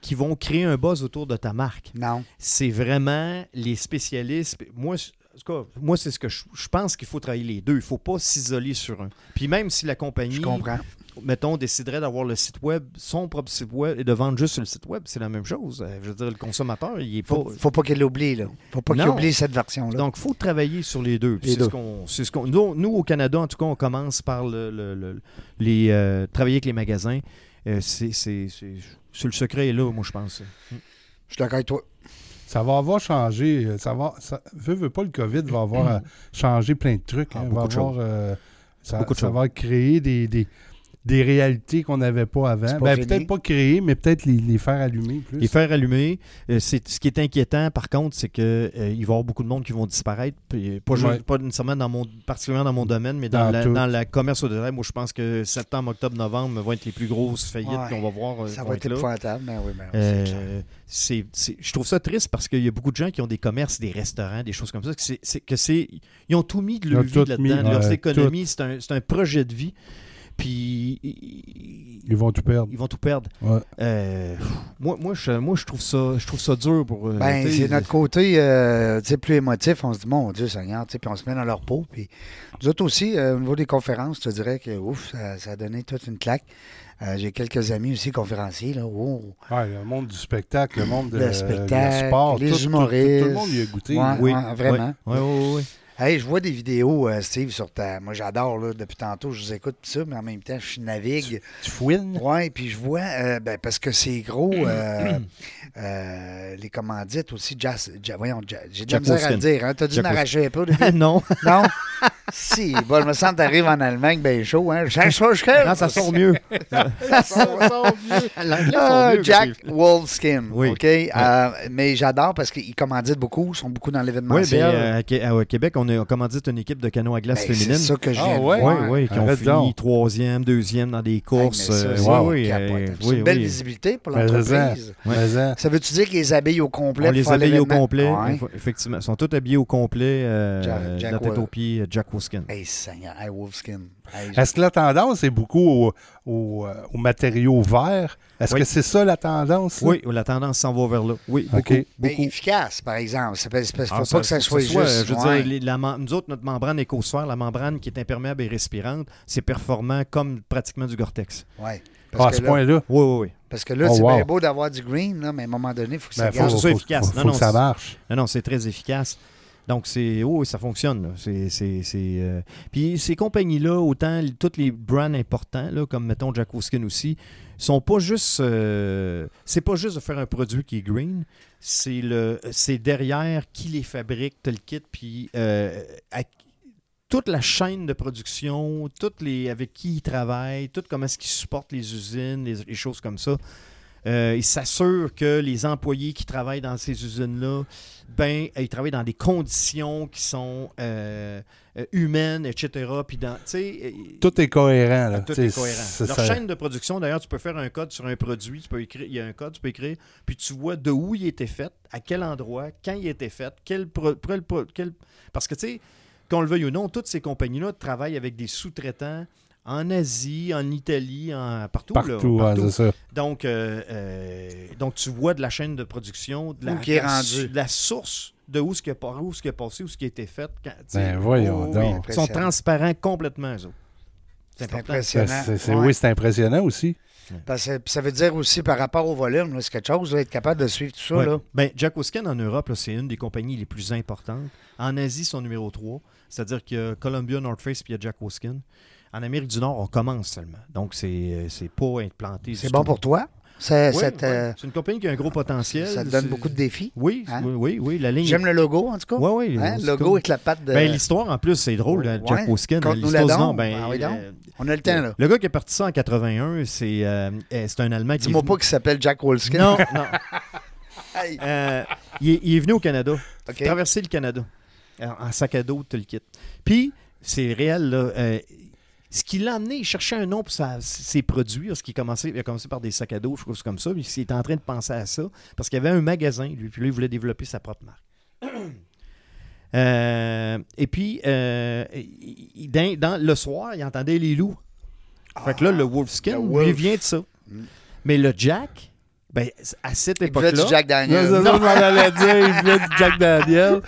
Speaker 3: qui vont créer un buzz autour de ta marque.
Speaker 1: Non.
Speaker 3: C'est vraiment les spécialistes. Moi, je- en tout cas, moi c'est ce que je, je pense qu'il faut travailler les deux. Il ne faut pas s'isoler sur un. Puis même si la compagnie
Speaker 1: Je comprends.
Speaker 3: mettons, déciderait d'avoir le site web, son propre site web, et de vendre juste sur le site web, c'est la même chose. Euh, Je veux dire, le consommateur, il est pas.
Speaker 1: Faut, faut pas qu'il l'oublie, là. Faut pas qu'il
Speaker 3: Non.
Speaker 1: oublie cette version-là.
Speaker 3: Donc, il faut travailler sur les deux. Puis
Speaker 1: Les
Speaker 3: C'est ce
Speaker 1: deux.
Speaker 3: qu'on, c'est ce qu'on- nous, nous, au Canada, en tout cas, on commence par le, le- le- les, euh, travailler avec les magasins. Euh, c'est, c'est- c'est- c'est le secret est là, moi, je pense.
Speaker 1: je suis d'accord avec toi.
Speaker 2: Ça va avoir changé. euh, Ça va, ça, veux, veux pas, le COVID va avoir euh, changé plein de trucs.
Speaker 3: Ah,
Speaker 2: hein,
Speaker 3: beaucoup
Speaker 2: va
Speaker 3: de
Speaker 2: avoir, euh, ça,
Speaker 3: Beaucoup de
Speaker 2: ça
Speaker 3: choses.
Speaker 2: va créer des, des, des réalités qu'on n'avait pas
Speaker 1: C'est
Speaker 2: avant.
Speaker 1: pas
Speaker 2: Ben,
Speaker 1: fini.
Speaker 2: peut-être pas créer, mais peut-être les, les faire allumer plus.
Speaker 3: Les faire allumer. Euh, c'est, ce qui est inquiétant, par contre, c'est qu'il va y avoir beaucoup de monde qui vont disparaître. puis, euh, pas, juste-
Speaker 2: Ouais.
Speaker 3: pas nécessairement dans mon, particulièrement dans mon domaine, mais dans,
Speaker 2: Dans
Speaker 3: la,
Speaker 2: tout.
Speaker 3: dans la commerce au détail. Moi, je pense que septembre, octobre, novembre vont être les plus grosses faillites
Speaker 1: Ouais.
Speaker 3: qu'on va voir. euh,
Speaker 1: Ça
Speaker 3: qui
Speaker 1: va
Speaker 3: vont
Speaker 1: être
Speaker 3: là.
Speaker 1: épouvantable, mais oui, mais oui,
Speaker 3: Euh,
Speaker 1: c'est clair.
Speaker 3: c'est- c'est- je trouve ça triste parce qu'il y a beaucoup de gens qui ont des commerces, des restaurants, des choses comme ça. que c'est- c'est- que c'est- ils ont tout mis de
Speaker 2: Ils
Speaker 3: leur
Speaker 2: ont
Speaker 3: vie
Speaker 2: tout
Speaker 3: là-dedans,
Speaker 2: mis,
Speaker 3: de leurs
Speaker 2: ouais,
Speaker 3: économies. C'est un, c'est un projet de vie. Puis ils,
Speaker 2: Ils vont tout perdre.
Speaker 3: ils vont tout perdre.
Speaker 2: Ouais.
Speaker 3: Euh, pff, moi, moi, je, moi, je trouve ça, je trouve ça dur pour. euh,
Speaker 1: Ben,
Speaker 3: tu sais,
Speaker 1: c'est notre côté euh, tu sais, plus émotif. On se dit, mon Dieu Seigneur, tu sais, puis on se met dans leur peau. Puis nous autres aussi, euh, au niveau des conférences, je te dirais que ouf, ça, ça a donné toute une claque. Euh, J'ai quelques amis aussi conférenciers. Là, oh,
Speaker 2: Ouais, le monde du spectacle, le monde de,
Speaker 1: Le
Speaker 2: le
Speaker 1: spectacle,
Speaker 2: sport,
Speaker 1: les
Speaker 2: tout- tout- tout- Tout,
Speaker 1: humoristes.
Speaker 2: le monde y a goûté.
Speaker 1: Ouais.
Speaker 2: là.
Speaker 1: Oui. Ah, vraiment.
Speaker 3: Ouais, ouais, ouais, ouais.
Speaker 1: Hey, je vois des vidéos, euh, Steve, sur ta. Moi, j'adore, là, depuis tantôt, je vous écoute pis ça, mais en même temps, je navigue.
Speaker 2: Tu fouines.
Speaker 1: Ouais, puis je vois, euh, ben, parce que c'est gros, euh, euh, les commandites aussi, Jas- Ja- voyons, Ja- j'ai de la
Speaker 3: Jack
Speaker 1: misère à le
Speaker 3: Wolfskin.
Speaker 1: dire, hein, t'as dû
Speaker 3: Jack
Speaker 1: m'arracher un peu au début.
Speaker 3: Ah, non,
Speaker 1: Non? si, bon, je me sens que t'arrives en Allemagne, ben chaud, hein? Jack Wolfskin.
Speaker 3: Ah, ça sort mieux. ça sort mieux. L'anglais sort
Speaker 1: Ah,
Speaker 3: mieux.
Speaker 1: Jack Wolfskin,
Speaker 3: Oui.
Speaker 1: OK? Euh, mais j'adore parce qu'ils commanditent beaucoup, ils sont beaucoup dans
Speaker 3: Oui, ben,
Speaker 1: l'événementiel.
Speaker 3: euh, à Qué- à- au Québec, on a commandité une équipe de canots à
Speaker 1: Ben,
Speaker 3: glace
Speaker 1: c'est
Speaker 3: féminine.
Speaker 1: ça que je
Speaker 2: Ah,
Speaker 1: viens de
Speaker 2: ouais?
Speaker 3: Oui,
Speaker 1: voir.
Speaker 3: oui, qui ont
Speaker 2: Arrête
Speaker 3: fini
Speaker 2: donc.
Speaker 3: troisième, deuxième dans des
Speaker 1: Hey, mais
Speaker 3: courses.
Speaker 1: ça,
Speaker 3: euh,
Speaker 1: c'est
Speaker 3: ouais,
Speaker 1: on
Speaker 3: ouais,
Speaker 1: capote. hein.
Speaker 3: euh,
Speaker 1: C'est
Speaker 3: oui,
Speaker 1: une belle
Speaker 3: oui. Ben,
Speaker 1: visibilité pour
Speaker 2: Mais ça,
Speaker 1: l'entreprise.
Speaker 2: mais ça.
Speaker 1: Ça veut-tu dire qu'ils les habillent au complet?
Speaker 3: On
Speaker 1: pour
Speaker 3: les
Speaker 1: faire
Speaker 3: habille au
Speaker 1: l'événement?
Speaker 3: complet.
Speaker 1: Ouais.
Speaker 3: Effectivement. Ils sont tous habillés au complet. euh,
Speaker 1: Jack-
Speaker 3: de
Speaker 1: Jack
Speaker 3: la tête
Speaker 1: Wol-
Speaker 3: aux pieds, euh, Jack Wolfskin.
Speaker 1: Hey, Seigneur, hey, Wolfskin. Hey,
Speaker 2: Est-ce que la tendance est beaucoup au- au, euh, aux matériaux verts? Est-ce
Speaker 3: Oui.
Speaker 2: que c'est ça la tendance? là?
Speaker 3: Oui, la tendance s'en va vers là. Oui, beaucoup.
Speaker 2: OK.
Speaker 1: mais
Speaker 3: beaucoup.
Speaker 1: efficace, par exemple. Il ne faut
Speaker 3: Ah,
Speaker 1: pas que ça
Speaker 3: faut
Speaker 1: soit
Speaker 3: euh,
Speaker 1: juste.
Speaker 3: Je veux
Speaker 1: ouais.
Speaker 3: dire, les- la mem- nous autres, notre membrane écosphère, la membrane qui est imperméable et respirante, c'est performant comme pratiquement du Gore-Tex.
Speaker 1: Ouais.
Speaker 2: Ah, à
Speaker 1: Parce,
Speaker 2: ce
Speaker 1: que là,
Speaker 2: point-là.
Speaker 3: Oui, oui, oui.
Speaker 1: parce que là,
Speaker 2: Oh,
Speaker 1: c'est
Speaker 2: wow.
Speaker 1: bien beau d'avoir du green, là, mais à un moment donné, il faut que ça
Speaker 2: Ben, faut,
Speaker 1: garde.
Speaker 3: que ce soit efficace.
Speaker 2: faut-
Speaker 3: Non,
Speaker 2: faut
Speaker 3: non,
Speaker 2: que ça
Speaker 3: c'est-
Speaker 2: marche.
Speaker 3: Non, non, c'est très efficace. Donc, c'est. oh, Oui, oui, ça fonctionne. là. C'est, c'est, c'est, euh, Puis ces compagnies-là, autant l- tous les brands importants, là, comme mettons Jack Wolfskin aussi, sont pas juste. euh, C'est pas juste de faire un produit qui est green. C'est le. C'est derrière qui les fabrique, tel le kit, puis euh, à- toute la chaîne de production, toutes les avec qui ils travaillent, tout comment est-ce qu'ils supportent les usines, les, les choses comme ça. Euh, ils s'assurent que les employés qui travaillent dans ces usines-là, ben, euh, ils travaillent dans des conditions qui sont euh, euh, humaines, etc. Puis dans, tu sais, euh,
Speaker 2: Tout est cohérent. Là.
Speaker 3: tout
Speaker 2: Tu sais,
Speaker 3: est cohérent.
Speaker 2: Ah, c'est-
Speaker 3: Leur
Speaker 2: ça-
Speaker 3: chaîne de production, d'ailleurs, tu peux faire un code sur un produit, tu peux écrire, il y a un code, tu peux écrire, puis tu vois de où il était fait, à quel endroit, quand il était fait, quel, pro- quel pro- quel- parce que tu sais, qu'on le veuille ou non, toutes ces compagnies-là travaillent avec des sous-traitants en Asie, en Italie, en, partout, là,
Speaker 2: Partout, ouais,
Speaker 3: partout.
Speaker 2: c'est ça. Ben,
Speaker 3: Donc, euh, euh, donc, tu vois de la chaîne de production, de la,
Speaker 1: Où qui est
Speaker 3: de la-
Speaker 1: rendu.
Speaker 3: de la source de où ce qui a, par où ce qui a passé, où ce qui a été fait. Quand, tu sais,
Speaker 2: Ben, voyons
Speaker 3: oui,
Speaker 2: donc.
Speaker 3: Ils sont transparents complètement, eux autres. C'est
Speaker 1: C'est
Speaker 3: important.
Speaker 2: Ben,
Speaker 1: impressionnant.
Speaker 2: c'est- c'est-
Speaker 1: Ouais.
Speaker 2: Oui, c'est impressionnant aussi.
Speaker 1: Parce que- puis ça veut dire aussi par rapport au volume, là, c'est quelque chose, là, être capable de suivre tout ça.
Speaker 3: Ouais.
Speaker 1: Là.
Speaker 3: Ben, Jack Wolfskin, en Europe, là, c'est une des compagnies les plus importantes. En Asie, son numéro 3. C'est-à-dire qu'il y a Columbia, North Face, puis il y a Jack Wolfskin. En Amérique du Nord, on commence seulement. Donc, c'est, euh, c'est pas implanté.
Speaker 1: C'est
Speaker 3: du
Speaker 1: bon
Speaker 3: tout.
Speaker 1: pour toi. Ça,
Speaker 3: Oui,
Speaker 1: ça te,
Speaker 3: oui. C'est une compagnie qui a un gros potentiel.
Speaker 1: ça te donne
Speaker 3: C'est-
Speaker 1: beaucoup de défis.
Speaker 3: Oui,
Speaker 1: Hein?
Speaker 3: oui, oui, oui, La ligne.
Speaker 1: J'aime le logo, en tout cas.
Speaker 3: Ouais, ouais,
Speaker 1: Hein,
Speaker 3: c'est
Speaker 1: Le logo
Speaker 3: comme-
Speaker 1: avec la patte de.
Speaker 3: Ben, l'histoire, en plus, c'est drôle, là, Jack
Speaker 1: Ouais.
Speaker 3: Wolfskin.
Speaker 1: Conte-nous la
Speaker 3: L'histoire du
Speaker 1: donc.
Speaker 3: Nord, ben,
Speaker 1: Ah oui, donc.
Speaker 3: euh,
Speaker 1: On a le temps, là.
Speaker 3: le gars qui est parti ça en 81, c'est, euh, euh, c'est un Allemand qui. est
Speaker 1: Dis-moi
Speaker 3: venu-
Speaker 1: pas qu'il s'appelle Jack Wolfskin.
Speaker 3: Non, non.
Speaker 1: Hey.
Speaker 3: Euh, il, est, il est venu au Canada.
Speaker 1: OK.
Speaker 3: Il a traversé le Canada. Euh, En en sac à dos, tout le kit. Puis, c'est réel, là. euh, ce qui l'a amené, il cherchait un nom pour sa- ses produits, parce qu'il commençait, il a commencé par des sacs à dos, je trouve, comme ça. Puis, il était en train de penser à ça, parce qu'il y avait un magasin, lui, puis là, il voulait développer sa propre marque. Euh, et puis, euh, il- il- dans, dans- le soir, il entendait les loups. Fait que là, le Wolfskin,
Speaker 1: Ah, le wolf. Mm.
Speaker 3: lui, vient de ça. Mais le Jack, ben, à cette
Speaker 1: Il voulait
Speaker 3: époque-là,
Speaker 1: du Jack Daniel.
Speaker 2: Non, ça, ça, je m'en allais dire. Il voulait du Jack Daniel.
Speaker 3: Euh,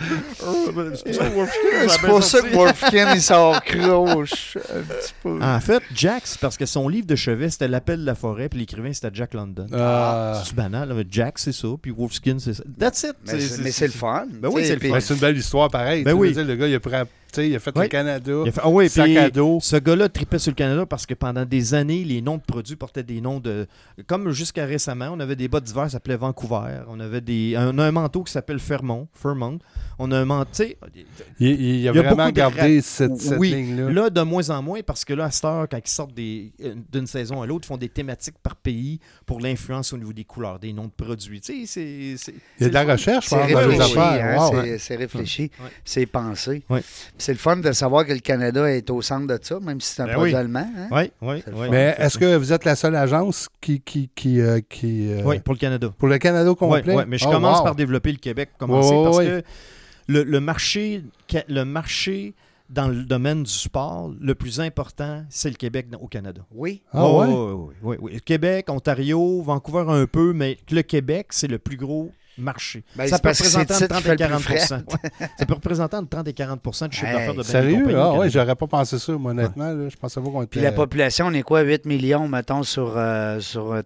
Speaker 1: C'est pour ça que Wolfkin, il s'en croche un petit peu.
Speaker 3: En fait, Jack, c'est parce que son livre de chevet, c'était L'appel de la forêt, puis l'écrivain, c'était Jack London.
Speaker 2: Ah.
Speaker 3: C'est banal, mais Jack, c'est ça, puis Wolfskin, c'est ça. That's it.
Speaker 1: mais c'est mais c'est le fun.
Speaker 3: Ben
Speaker 1: tu
Speaker 3: oui,
Speaker 1: sais,
Speaker 3: c'est le
Speaker 1: puis-
Speaker 3: fun.
Speaker 2: Ben, c'est une belle histoire, pareil.
Speaker 3: Ben
Speaker 2: Tu
Speaker 3: oui.
Speaker 2: veux dire, le gars, il a pris, sais, il a fait
Speaker 3: Oui.
Speaker 2: le Canada,
Speaker 3: Il a fait- ah oui,
Speaker 2: sac
Speaker 3: puis
Speaker 2: à dos.
Speaker 3: ce gars-là tripait sur le Canada parce que pendant des années, les noms de produits portaient des noms de. Comme jusqu'à récemment, on avait des bottes d'hiver qui s'appelaient Vancouver. On avait des. On a un manteau qui s'appelle Fairmont. Fairmont. On a un manteau. tu sais,
Speaker 2: Il, il- il a
Speaker 3: Il y a
Speaker 2: vraiment
Speaker 3: beaucoup de
Speaker 2: gardé cette, cette
Speaker 3: Oui,
Speaker 2: ligne-là.
Speaker 3: là, de moins en moins, parce que là, à cette heure, quand ils sortent des- euh, d'une saison à l'autre, ils font des thématiques par pays pour l'influence au niveau des couleurs, des noms de produits. Tu sais, c'est- c'est.
Speaker 2: Il y a
Speaker 3: c'est
Speaker 2: de la
Speaker 3: le fun.
Speaker 2: recherche
Speaker 1: C'est
Speaker 2: par exemple, dans les
Speaker 1: réfléchi,
Speaker 2: affaires.
Speaker 1: hein,
Speaker 2: Wow,
Speaker 1: c'est- c'est réfléchi,
Speaker 3: Ouais.
Speaker 1: c'est pensé.
Speaker 3: Ouais.
Speaker 1: C'est le fun de savoir que le Canada est au centre de ça, même si c'est un
Speaker 3: Ben
Speaker 1: produit
Speaker 3: oui.
Speaker 1: allemand. hein.
Speaker 3: Oui, oui,
Speaker 1: C'est le
Speaker 3: oui.
Speaker 1: fun.
Speaker 2: Mais est-ce que vous êtes la seule agence qui. qui, qui, euh, qui, euh,
Speaker 3: Oui, pour le Canada.
Speaker 2: Pour le Canada au
Speaker 3: Oui,
Speaker 2: complet?
Speaker 3: mais je
Speaker 2: Oh,
Speaker 3: commence
Speaker 2: wow.
Speaker 3: par développer le Québec. Commencer
Speaker 2: Ouais,
Speaker 3: parce
Speaker 2: ouais,
Speaker 3: que le, le marché, ca- le marché dans le domaine du sport, le plus important, c'est le Québec dans- au Canada.
Speaker 1: Oui.
Speaker 2: Ah
Speaker 3: Oh,
Speaker 2: ouais?
Speaker 3: oui, oui, oui, oui. Québec, Ontario, Vancouver un peu, mais le Québec, c'est le plus gros marché.
Speaker 1: Ben,
Speaker 3: ça
Speaker 1: c'est
Speaker 3: peut
Speaker 1: parce que c'est
Speaker 3: représenter
Speaker 1: le
Speaker 3: entre
Speaker 1: titre qui
Speaker 3: 30
Speaker 1: fait
Speaker 3: et
Speaker 1: le plus
Speaker 3: 40 Ouais. Ça peut représenter entre 30 et 40 du chiffre
Speaker 1: Hey,
Speaker 3: d'affaires de bien des
Speaker 2: Sérieux?
Speaker 3: compagnies
Speaker 2: Ah
Speaker 3: au
Speaker 2: ouais,
Speaker 3: Canada.
Speaker 2: j'aurais pas pensé ça, moi, honnêtement. là. Je pensais pas qu'on était.
Speaker 1: Puis
Speaker 3: Ben,
Speaker 1: la population, on est quoi, 8 millions, mettons, sur, euh, sur euh,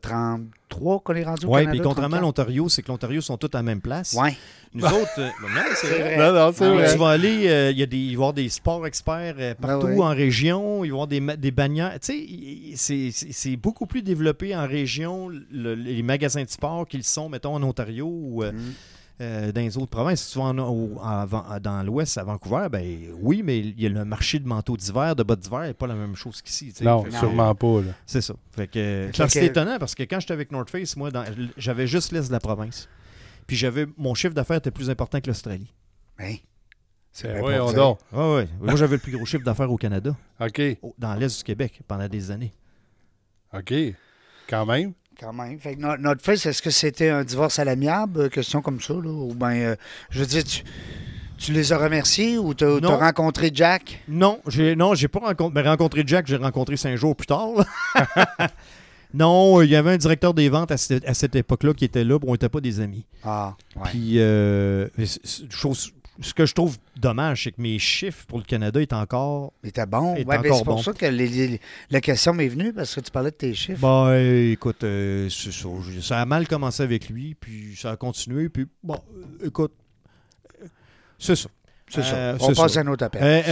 Speaker 1: 33 qu'on est rendu au
Speaker 3: Ouais,
Speaker 1: Canada?
Speaker 3: puis contrairement à
Speaker 1: 34?
Speaker 3: l'Ontario, c'est que l'Ontario sont tous à la même place.
Speaker 1: Ouais.
Speaker 3: Nous autres, euh, ben non, c'est vrai.
Speaker 2: Non, non, c'est
Speaker 1: Ah
Speaker 3: Puis
Speaker 1: ouais.
Speaker 2: vrai.
Speaker 3: Tu vas aller, euh, il y a des, il va y avoir des sports experts euh, partout
Speaker 1: Ah ouais.
Speaker 3: en région, il va y avoir des, ma- des bannières. Tu sais, il- il- c'est- c'est c'est beaucoup plus développé en région, le- les magasins de sport qu'ils sont, mettons, en Ontario ou euh,
Speaker 1: Mm.
Speaker 3: euh, dans les autres provinces. Si tu vas en- au- en Van- dans l'ouest, à Vancouver, ben oui, mais il y a le marché de manteaux d'hiver, de bottes d'hiver, n'est pas la même chose qu'ici. tu sais.
Speaker 2: Non,
Speaker 3: Fait que-
Speaker 2: sûrement pas. là.
Speaker 3: C'est ça. Fait que, euh,
Speaker 1: Fait
Speaker 3: parce que c'est
Speaker 1: que-
Speaker 3: étonnant parce que quand j'étais avec North Face, moi, dans- j'avais juste l'est de la province. Puis j'avais mon chiffre d'affaires était plus important que l'Australie.
Speaker 1: Ben, c'est
Speaker 2: Ben
Speaker 1: bien
Speaker 2: voyons
Speaker 1: pour dire.
Speaker 2: donc.
Speaker 3: Oui, oui. Moi, j'avais le plus gros chiffre d'affaires au Canada,
Speaker 2: OK,
Speaker 3: au- dans l'Est du Québec, pendant des années.
Speaker 2: OK. Quand même.
Speaker 1: Quand même. Fait que no- notre fils, est-ce que c'était un divorce à l'amiable, euh, question comme ça, là? Ou bien, je veux dire, tu, tu les as remerciés ou t'as
Speaker 3: Non.
Speaker 1: t'as rencontré Jack?
Speaker 3: Non, j'ai non, j'ai pas rencontré, mais rencontré Jack, j'ai rencontré cinq jours plus tard. là. non, il y avait un directeur des ventes à cette, à cette époque-là qui était là, puis on n'était pas des amis.
Speaker 1: Ah, ouais.
Speaker 3: Puis, euh, mais c'est- c'est- chose- ce que je trouve dommage, c'est que mes chiffres pour le Canada est encore.
Speaker 1: Il était bon.
Speaker 3: Il
Speaker 1: Ouais,
Speaker 3: est
Speaker 1: ben,
Speaker 3: encore
Speaker 1: c'est pour
Speaker 3: bon.
Speaker 1: ça que les- les- la question m'est venue, parce que tu parlais de tes chiffres.
Speaker 3: Bah, écoute, euh, c'est ça, je- ça a mal commencé avec lui, puis ça a continué, puis bon, euh, écoute, euh, c'est ça.
Speaker 1: C'est
Speaker 3: Euh,
Speaker 1: ça.
Speaker 3: c'est
Speaker 1: On passe
Speaker 3: ça.
Speaker 1: à un autre appel.
Speaker 3: Euh, euh,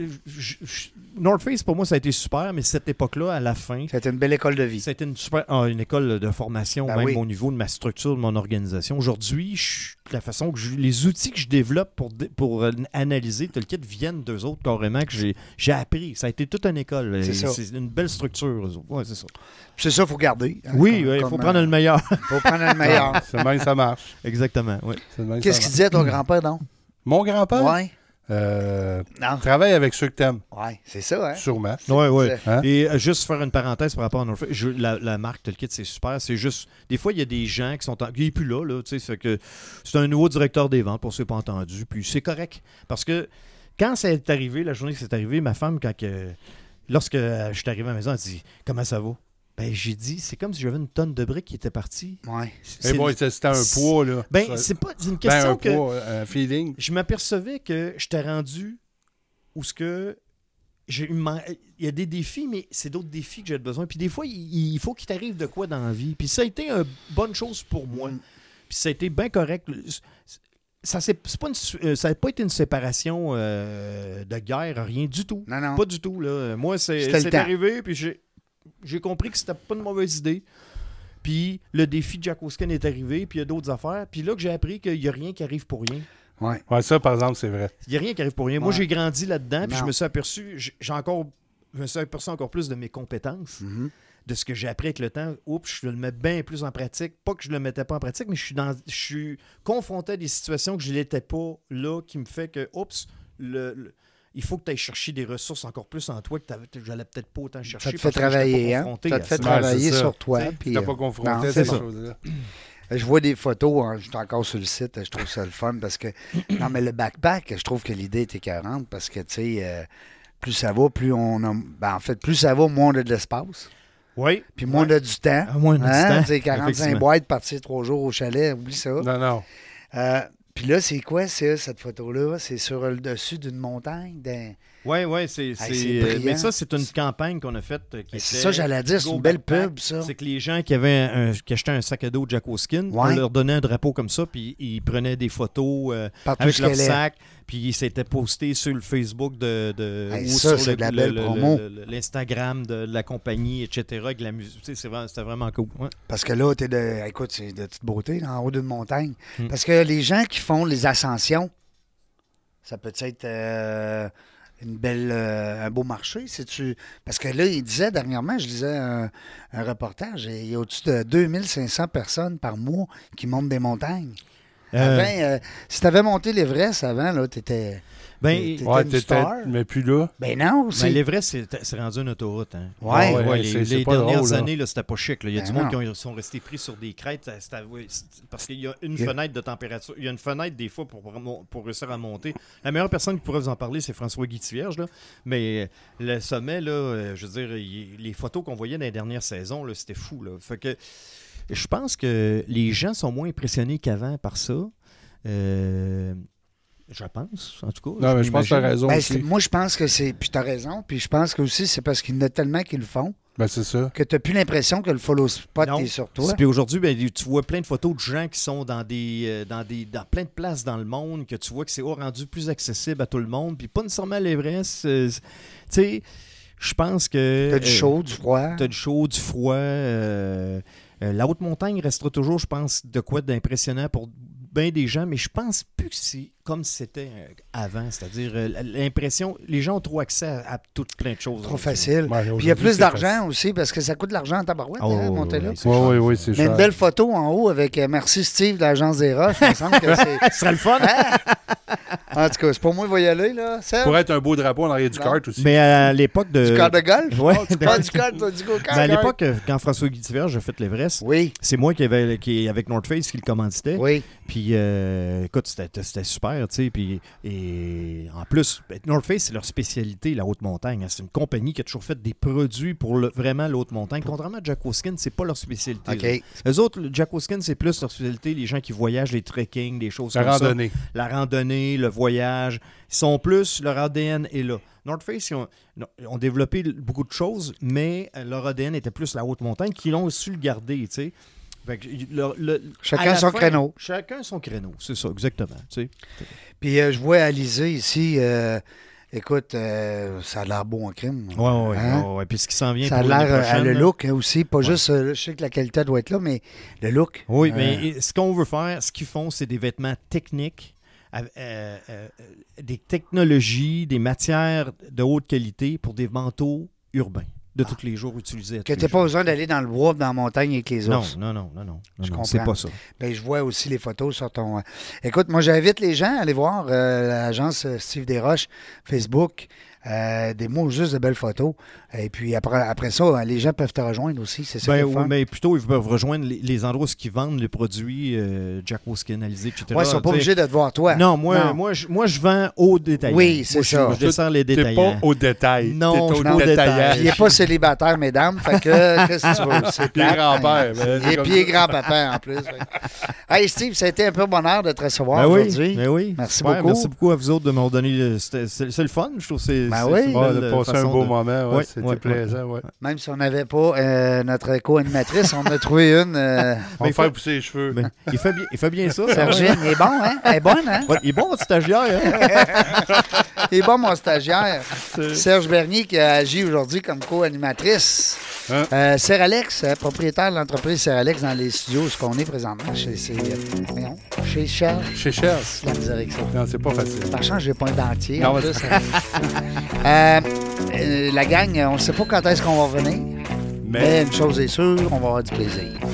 Speaker 3: euh, j- j- North Face, pour moi, ça a été super, mais cette époque-là, à la fin,
Speaker 1: C'était une belle école de vie.
Speaker 3: c'était une super ah, une école de formation,
Speaker 1: Ben
Speaker 3: même
Speaker 1: oui.
Speaker 3: au niveau de ma structure, de mon organisation. Aujourd'hui, je- la façon que je- les outils que je développe pour, dé- pour euh, analyser tout le kit viennent d'eux autres carrément que j'ai- j'ai appris. Ça a été toute une école. Et
Speaker 1: C'est ça.
Speaker 3: C'est une belle structure, eux autres. Ouais, c'est ça.
Speaker 1: C'est ça, il faut garder. hein,
Speaker 3: oui, il
Speaker 1: comme-
Speaker 3: faut
Speaker 1: comme,
Speaker 3: prendre
Speaker 1: euh,
Speaker 3: le meilleur.
Speaker 1: faut prendre le meilleur.
Speaker 2: Ah, C'est le même, ça marche.
Speaker 3: Exactement. ouais.
Speaker 2: C'est le même,
Speaker 1: Qu'est-ce
Speaker 2: ça
Speaker 1: qu'il
Speaker 2: marche.
Speaker 1: disait ton grand-père, donc?
Speaker 2: Mon grand-père?
Speaker 1: Ouais.
Speaker 2: Euh,
Speaker 1: Non.
Speaker 2: travaille avec ceux que t'aimes,
Speaker 1: Ouais, c'est ça, hein?
Speaker 2: sûrement.
Speaker 3: Ouais, ouais.
Speaker 2: Hein?
Speaker 3: Et euh, juste faire une parenthèse par rapport à North Face, je- la, la marque Tolkit, c'est super. C'est juste, des fois, il y a des gens qui sont. En, il n'est plus là, là. tu sais, fait que C'est un nouveau directeur des ventes, pour ceux pas entendus. Puis c'est correct. Parce que quand ça est arrivé, la journée que c'est arrivé, ma femme, quand que- lorsque euh, je suis arrivé à la maison, elle dit Comment ça va Ben, j'ai dit C'est comme si j'avais une tonne de briques qui était partie.
Speaker 1: Ouais.
Speaker 2: Mais
Speaker 3: C'est-
Speaker 2: bon, c'était c'était un
Speaker 3: c'est-
Speaker 2: poids, là.
Speaker 3: ben,
Speaker 2: Eh Ça-
Speaker 3: c'est pas c'est une
Speaker 2: ben,
Speaker 3: question
Speaker 2: un
Speaker 3: que
Speaker 2: poids, un feeling.
Speaker 3: je m'apercevais que j'étais rendu où ce que j'ai eu man- il y a des défis mais c'est d'autres défis que j'ai besoin puis des fois il, il faut qu'il t'arrive de quoi dans la vie puis ça a été une bonne chose pour moi
Speaker 1: Mm.
Speaker 3: puis ça a été bien correct ça s'est- c'est pas une su- euh, ça n'a pas été une séparation euh, de guerre rien du tout
Speaker 1: Non, non.
Speaker 3: pas du tout là moi c'est
Speaker 1: C'était le
Speaker 3: c'est
Speaker 1: temps.
Speaker 3: arrivé puis j'ai j'ai compris que c'était pas une mauvaise idée puis le défi de Jack O'Skin est arrivé puis il y a d'autres affaires puis là que j'ai appris qu'il y a rien qui arrive pour rien
Speaker 1: Ouais.
Speaker 2: Ouais, ça, par exemple, c'est vrai.
Speaker 3: il n'y a rien qui arrive pour rien. Moi,
Speaker 1: Ouais.
Speaker 3: j'ai grandi là-dedans, puis
Speaker 1: Non.
Speaker 3: je me suis aperçu, j- j'ai encore, je me suis aperçu encore plus de mes compétences,
Speaker 1: Mhm.
Speaker 3: de ce que j'ai appris avec le temps. Oups, je le mets bien plus en pratique. Pas que je le mettais pas en pratique, mais je suis dans, je suis confronté à des situations que je n'étais pas là, qui me fait que, oups, le, le- il faut que tu ailles chercher des ressources encore plus en toi que t'avais- j'allais peut-être pas autant chercher.
Speaker 1: Ça te fait
Speaker 3: parce que j'étais pas
Speaker 1: travailler, hein?
Speaker 3: confronté
Speaker 1: Ça
Speaker 3: à
Speaker 1: te fait
Speaker 3: ça.
Speaker 2: Ouais,
Speaker 1: travailler
Speaker 2: c'est ça.
Speaker 1: sur toi.
Speaker 3: Tu sais,
Speaker 1: puis,
Speaker 2: T'as
Speaker 1: euh,
Speaker 2: pas
Speaker 1: non,
Speaker 2: confronté à
Speaker 1: c'est
Speaker 2: ces
Speaker 1: ça.
Speaker 2: choses-là.
Speaker 1: Je vois des photos, hein, je suis encore sur le site, je trouve ça le fun parce que. Non, mais le backpack, je trouve que l'idée est écœurante parce que, tu sais, euh, plus ça va, plus on a. Ben, en fait, plus ça va, moins on a de l'espace.
Speaker 3: Oui.
Speaker 1: Puis moins on a du temps. Hein?
Speaker 3: Ah, moins on a du temps,
Speaker 1: Tu sais, 45
Speaker 3: effectivement.
Speaker 1: boîtes, partir trois jours au chalet, oublie ça.
Speaker 2: Non, non.
Speaker 1: Euh, Puis là, c'est quoi, ça, cette photo-là? C'est sur le dessus d'une montagne? d'un-
Speaker 3: Oui, oui, c'est.
Speaker 1: Hey,
Speaker 3: c'est-
Speaker 1: c'est
Speaker 3: euh,
Speaker 1: brillant.
Speaker 3: mais ça, c'est une campagne qu'on a faite. euh, qui
Speaker 1: Mais c'est
Speaker 3: était
Speaker 1: ça, j'allais dire, c'est
Speaker 3: Go
Speaker 1: une belle
Speaker 3: Backpack.
Speaker 1: pub, ça.
Speaker 3: C'est que les gens qui avaient un- qui achetaient un sac à dos Jack O'Skin, on
Speaker 1: Ouais.
Speaker 3: leur donnait un drapeau comme ça, puis ils prenaient des photos euh,
Speaker 1: Partout
Speaker 3: avec
Speaker 1: ce
Speaker 3: leur
Speaker 1: qu'elle est.
Speaker 3: sac, puis ils s'étaient postés sur le Facebook de, de-
Speaker 1: Hey,
Speaker 3: ou
Speaker 1: ça,
Speaker 3: sur
Speaker 1: c'est
Speaker 3: le-
Speaker 1: de la
Speaker 3: le-
Speaker 1: belle
Speaker 3: le-
Speaker 1: promo.
Speaker 3: le- le- l'Instagram de la compagnie, etc. Avec la musique, Tu sais, c'est vraiment- c'était vraiment cool. hein. ouais.
Speaker 1: Parce que là, t'es de. Écoute, c'est de toute beauté, là, en haut d'une montagne.
Speaker 3: Hmm.
Speaker 1: Parce que les gens qui font les ascensions, ça peut être euh, une belle, euh, un beau marché. Si tu... Parce que là, il disait dernièrement, je lisais un, un reportage, il y a au-dessus de 2500 personnes par mois qui montent des montagnes.
Speaker 3: Euh,
Speaker 1: Avant, euh, si t'avais monté l'Everest avant, là, t'étais.
Speaker 3: ben,
Speaker 1: t'étais
Speaker 2: Ouais,
Speaker 1: une
Speaker 2: t'étais-
Speaker 1: star.
Speaker 2: mais puis là,
Speaker 1: Ben non,
Speaker 3: Mais
Speaker 1: c'est.
Speaker 3: l'Everest, c'est c'est rendu une autoroute. Hein.
Speaker 1: Ouais.
Speaker 3: Ah
Speaker 2: Ouais,
Speaker 3: les
Speaker 2: c'est- c'est
Speaker 3: les
Speaker 2: pas
Speaker 3: dernières
Speaker 2: drôle, là.
Speaker 3: années, là, c'était pas chic. là. Il y a
Speaker 1: Ben
Speaker 3: du monde
Speaker 1: non.
Speaker 3: qui ont- sont restés pris sur des crêtes. ça- c'était- ouais, c'est- parce qu'il y a une
Speaker 1: Il y a-
Speaker 3: fenêtre de température. Il y a une fenêtre, des fois, pour, pour, pour réussir à monter. La meilleure personne qui pourrait vous en parler, c'est François Guitivierge. là. Mais euh, le sommet, là, euh, je veux dire, il- les photos qu'on voyait dans les dernières saisons, là, c'était fou. Là. Fait que je pense que les gens sont moins impressionnés qu'avant par ça. Euh, je pense, en tout cas.
Speaker 2: non, mais je pense que t'as
Speaker 3: m'imagine.
Speaker 2: raison
Speaker 1: Ben, c'est-
Speaker 2: aussi.
Speaker 1: moi, je pense que c'est. Puis t'as raison. Puis je pense que aussi, c'est parce qu'il y en a tellement qui le font
Speaker 2: Ben, c'est ça.
Speaker 1: que t'as plus l'impression que le follow spot
Speaker 3: Non.
Speaker 1: est sur toi.
Speaker 3: Puis aujourd'hui, ben, tu vois plein de photos de gens qui sont dans des, euh, dans des, dans plein de places dans le monde, que tu vois que c'est oh, rendu plus accessible à tout le monde, puis pas nécessairement à l'Everest. euh, c'est- tu sais, je pense que
Speaker 1: T'as du
Speaker 3: euh,
Speaker 1: chaud, du froid.
Speaker 3: T'as du chaud, du froid. euh, euh, la haute montagne restera toujours, je pense, de quoi d'impressionnant pour bien des gens, mais je pense plus que c'est comme c'était euh, avant. C'est-à-dire, euh, l'impression, les gens ont trop accès à, à toutes plein de choses. euh,
Speaker 1: Trop facile. hein, Puis il y
Speaker 2: Ouais,
Speaker 1: a
Speaker 2: aujourd'hui,
Speaker 1: plus
Speaker 2: c'est
Speaker 1: d'argent aussi parce que ça coûte de l'argent en tabarouette,
Speaker 3: Oh,
Speaker 1: hein, monter là.
Speaker 3: ouais, c'est
Speaker 2: Oui,
Speaker 3: cher,
Speaker 2: oui, oui,
Speaker 3: ça.
Speaker 2: c'est
Speaker 1: Mais une
Speaker 2: cher.
Speaker 1: belle photo en haut avec euh, Merci Steve de l'Agence des Roches. Il me semble que c'est.
Speaker 3: Ah, Ce serait le fun. hein?
Speaker 1: En tout cas, c'est pour moi, il va y aller, là. Serge?
Speaker 2: Pour être un beau drapeau en arrière du
Speaker 1: Non.
Speaker 2: kart aussi.
Speaker 3: Mais à l'époque de.
Speaker 1: Du corps de golf?
Speaker 3: Ouais.
Speaker 1: Oh, du corps du golf, toi, du go-kart.
Speaker 3: euh, Ben, à l'époque, euh, quand François Guitiver, j'ai fait l'Everest,
Speaker 1: Oui,
Speaker 3: c'est moi qui avait qui avec North Face qui le commanditait.
Speaker 1: oui.
Speaker 3: Puis euh, écoute, c'était c'était super, tu sais. Puis et en plus, ben, North Face c'est leur spécialité la haute montagne. hein. C'est une compagnie qui a toujours fait des produits pour le- vraiment la haute montagne. Contrairement à Jack O'Skin, c'est pas leur spécialité.
Speaker 1: OK.
Speaker 3: eux autres. Eux autres, le Jack O'Skin, c'est plus leur spécialité les gens qui voyagent, les trekking, des choses
Speaker 2: La
Speaker 3: comme ça
Speaker 2: randonnée.
Speaker 3: la randonnée, le voyage. Ils sont plus, leur ADN est là. North Face, ils ont, ils ont développé beaucoup de choses, mais euh, leur ADN était plus la haute montagne, qu'ils l'ont su le garder, tu sais. Fait que, le- le-
Speaker 1: Chacun
Speaker 3: à la
Speaker 1: son créneau.
Speaker 3: Chacun son créneau, c'est ça, exactement. tu sais.
Speaker 1: Puis euh, je vois Alizé ici. euh, écoute, euh, ça a l'air beau en crime.
Speaker 3: Ouais, ouais, ouais,
Speaker 1: Hein?
Speaker 3: ouais, ouais. Puis ce qui s'en vient
Speaker 1: Ça a
Speaker 3: pour l'année
Speaker 1: l'air euh,
Speaker 3: prochaine,
Speaker 1: le
Speaker 3: là.
Speaker 1: look hein, aussi, pas juste euh, je sais que la qualité doit être là, mais le look.
Speaker 3: Oui,
Speaker 1: Euh,
Speaker 3: mais ce qu'on veut faire, ce qu'ils font, c'est des vêtements techniques, av- euh, euh, euh, des technologies, des matières de haute qualité pour des manteaux urbains de tous les jours utilisés. à
Speaker 1: que
Speaker 3: tous les
Speaker 1: t'as Ah. pas
Speaker 3: jours.
Speaker 1: besoin d'aller dans le bois, dans la montagne avec les
Speaker 3: Non,
Speaker 1: ours.
Speaker 3: non, non, non, non.
Speaker 1: Je
Speaker 3: non, c'est
Speaker 1: comprends.
Speaker 3: pas ça.
Speaker 1: Ben, je vois aussi les photos sur ton. euh, Écoute, moi, j'invite les gens à aller voir euh, l'agence euh, Steve Desroches, Facebook. euh, des mots juste de belles photos. Et puis après, après ça, euh, les gens peuvent te rejoindre aussi. C'est ça
Speaker 3: Ben,
Speaker 1: qui est
Speaker 3: oui,
Speaker 1: fun.
Speaker 3: mais plutôt, ils peuvent rejoindre les, les endroits où ils vendent les produits euh, Jack Wolfskin, Alizé, etc.
Speaker 1: Ouais, ils sont pas obligés de te voir toi.
Speaker 3: Non, moi,
Speaker 1: Non.
Speaker 3: Moi, je, moi, je vends au détail.
Speaker 1: Oui, c'est ça.
Speaker 3: Je, descends les
Speaker 2: T'es pas
Speaker 3: détaillants.
Speaker 2: au détail.
Speaker 3: Non,
Speaker 2: T'es
Speaker 3: je suis pas au
Speaker 1: Puis
Speaker 3: détail.
Speaker 1: Il n'est pas célibataire, mesdames. Fait que, euh, qu'est-ce que tu veux? C'est
Speaker 2: Puis
Speaker 1: plate,
Speaker 2: grand-père,
Speaker 1: hein.
Speaker 2: ben, c'est
Speaker 1: Et
Speaker 2: comme
Speaker 1: puis il est
Speaker 2: ça.
Speaker 1: grand-papa, en plus. Fait que- Hey, Steve, ça a été un peu bonheur de te recevoir
Speaker 3: Ben oui,
Speaker 1: aujourd'hui.
Speaker 3: ben oui.
Speaker 1: Merci
Speaker 3: Super,
Speaker 1: beaucoup.
Speaker 3: Merci beaucoup à vous autres de m'avoir donné. le- c'était- C'est c'est le fun, je trouve. C'est
Speaker 1: Ben
Speaker 3: c'est-
Speaker 1: oui.
Speaker 3: c'est une
Speaker 2: Ouais, on
Speaker 3: belle
Speaker 2: a passé un
Speaker 3: façon
Speaker 2: beau
Speaker 3: de-
Speaker 2: moment. ouais,
Speaker 3: Ouais,
Speaker 2: C'était
Speaker 3: ouais, ouais.
Speaker 2: plaisant. ouais.
Speaker 1: Même si on n'avait pas euh, notre co-animatrice, on en a trouvé une. euh,
Speaker 2: On
Speaker 3: Mais
Speaker 2: va faire
Speaker 3: faut-
Speaker 2: pousser les cheveux.
Speaker 3: Ben, il, fait bien, il fait bien ça. ça
Speaker 1: Sergine, il est bon, hein? Elle est bonne, hein?
Speaker 3: Ouais, il est bon, votre stagiaire. Hein?
Speaker 1: Il est bon, mon stagiaire. Serge Bernier qui a agi aujourd'hui comme co-animatrice.
Speaker 2: Hein?
Speaker 1: Euh, Serre Alex, euh, propriétaire de l'entreprise Serre Alex dans les studios, ce qu'on est présentement chez, c'est, euh, voyons, chez Charles.
Speaker 2: Chez Cher.
Speaker 1: C'est la misère avec ça.
Speaker 2: Non, c'est pas facile.
Speaker 1: Par chance, j'ai pas un dentier.
Speaker 2: Non,
Speaker 1: en
Speaker 2: vas-y.
Speaker 1: plus. Euh,
Speaker 2: Hein?
Speaker 1: euh, la gang, euh, on ne sait pas quand est-ce qu'on va revenir, mais une chose est sûre, on va avoir du plaisir.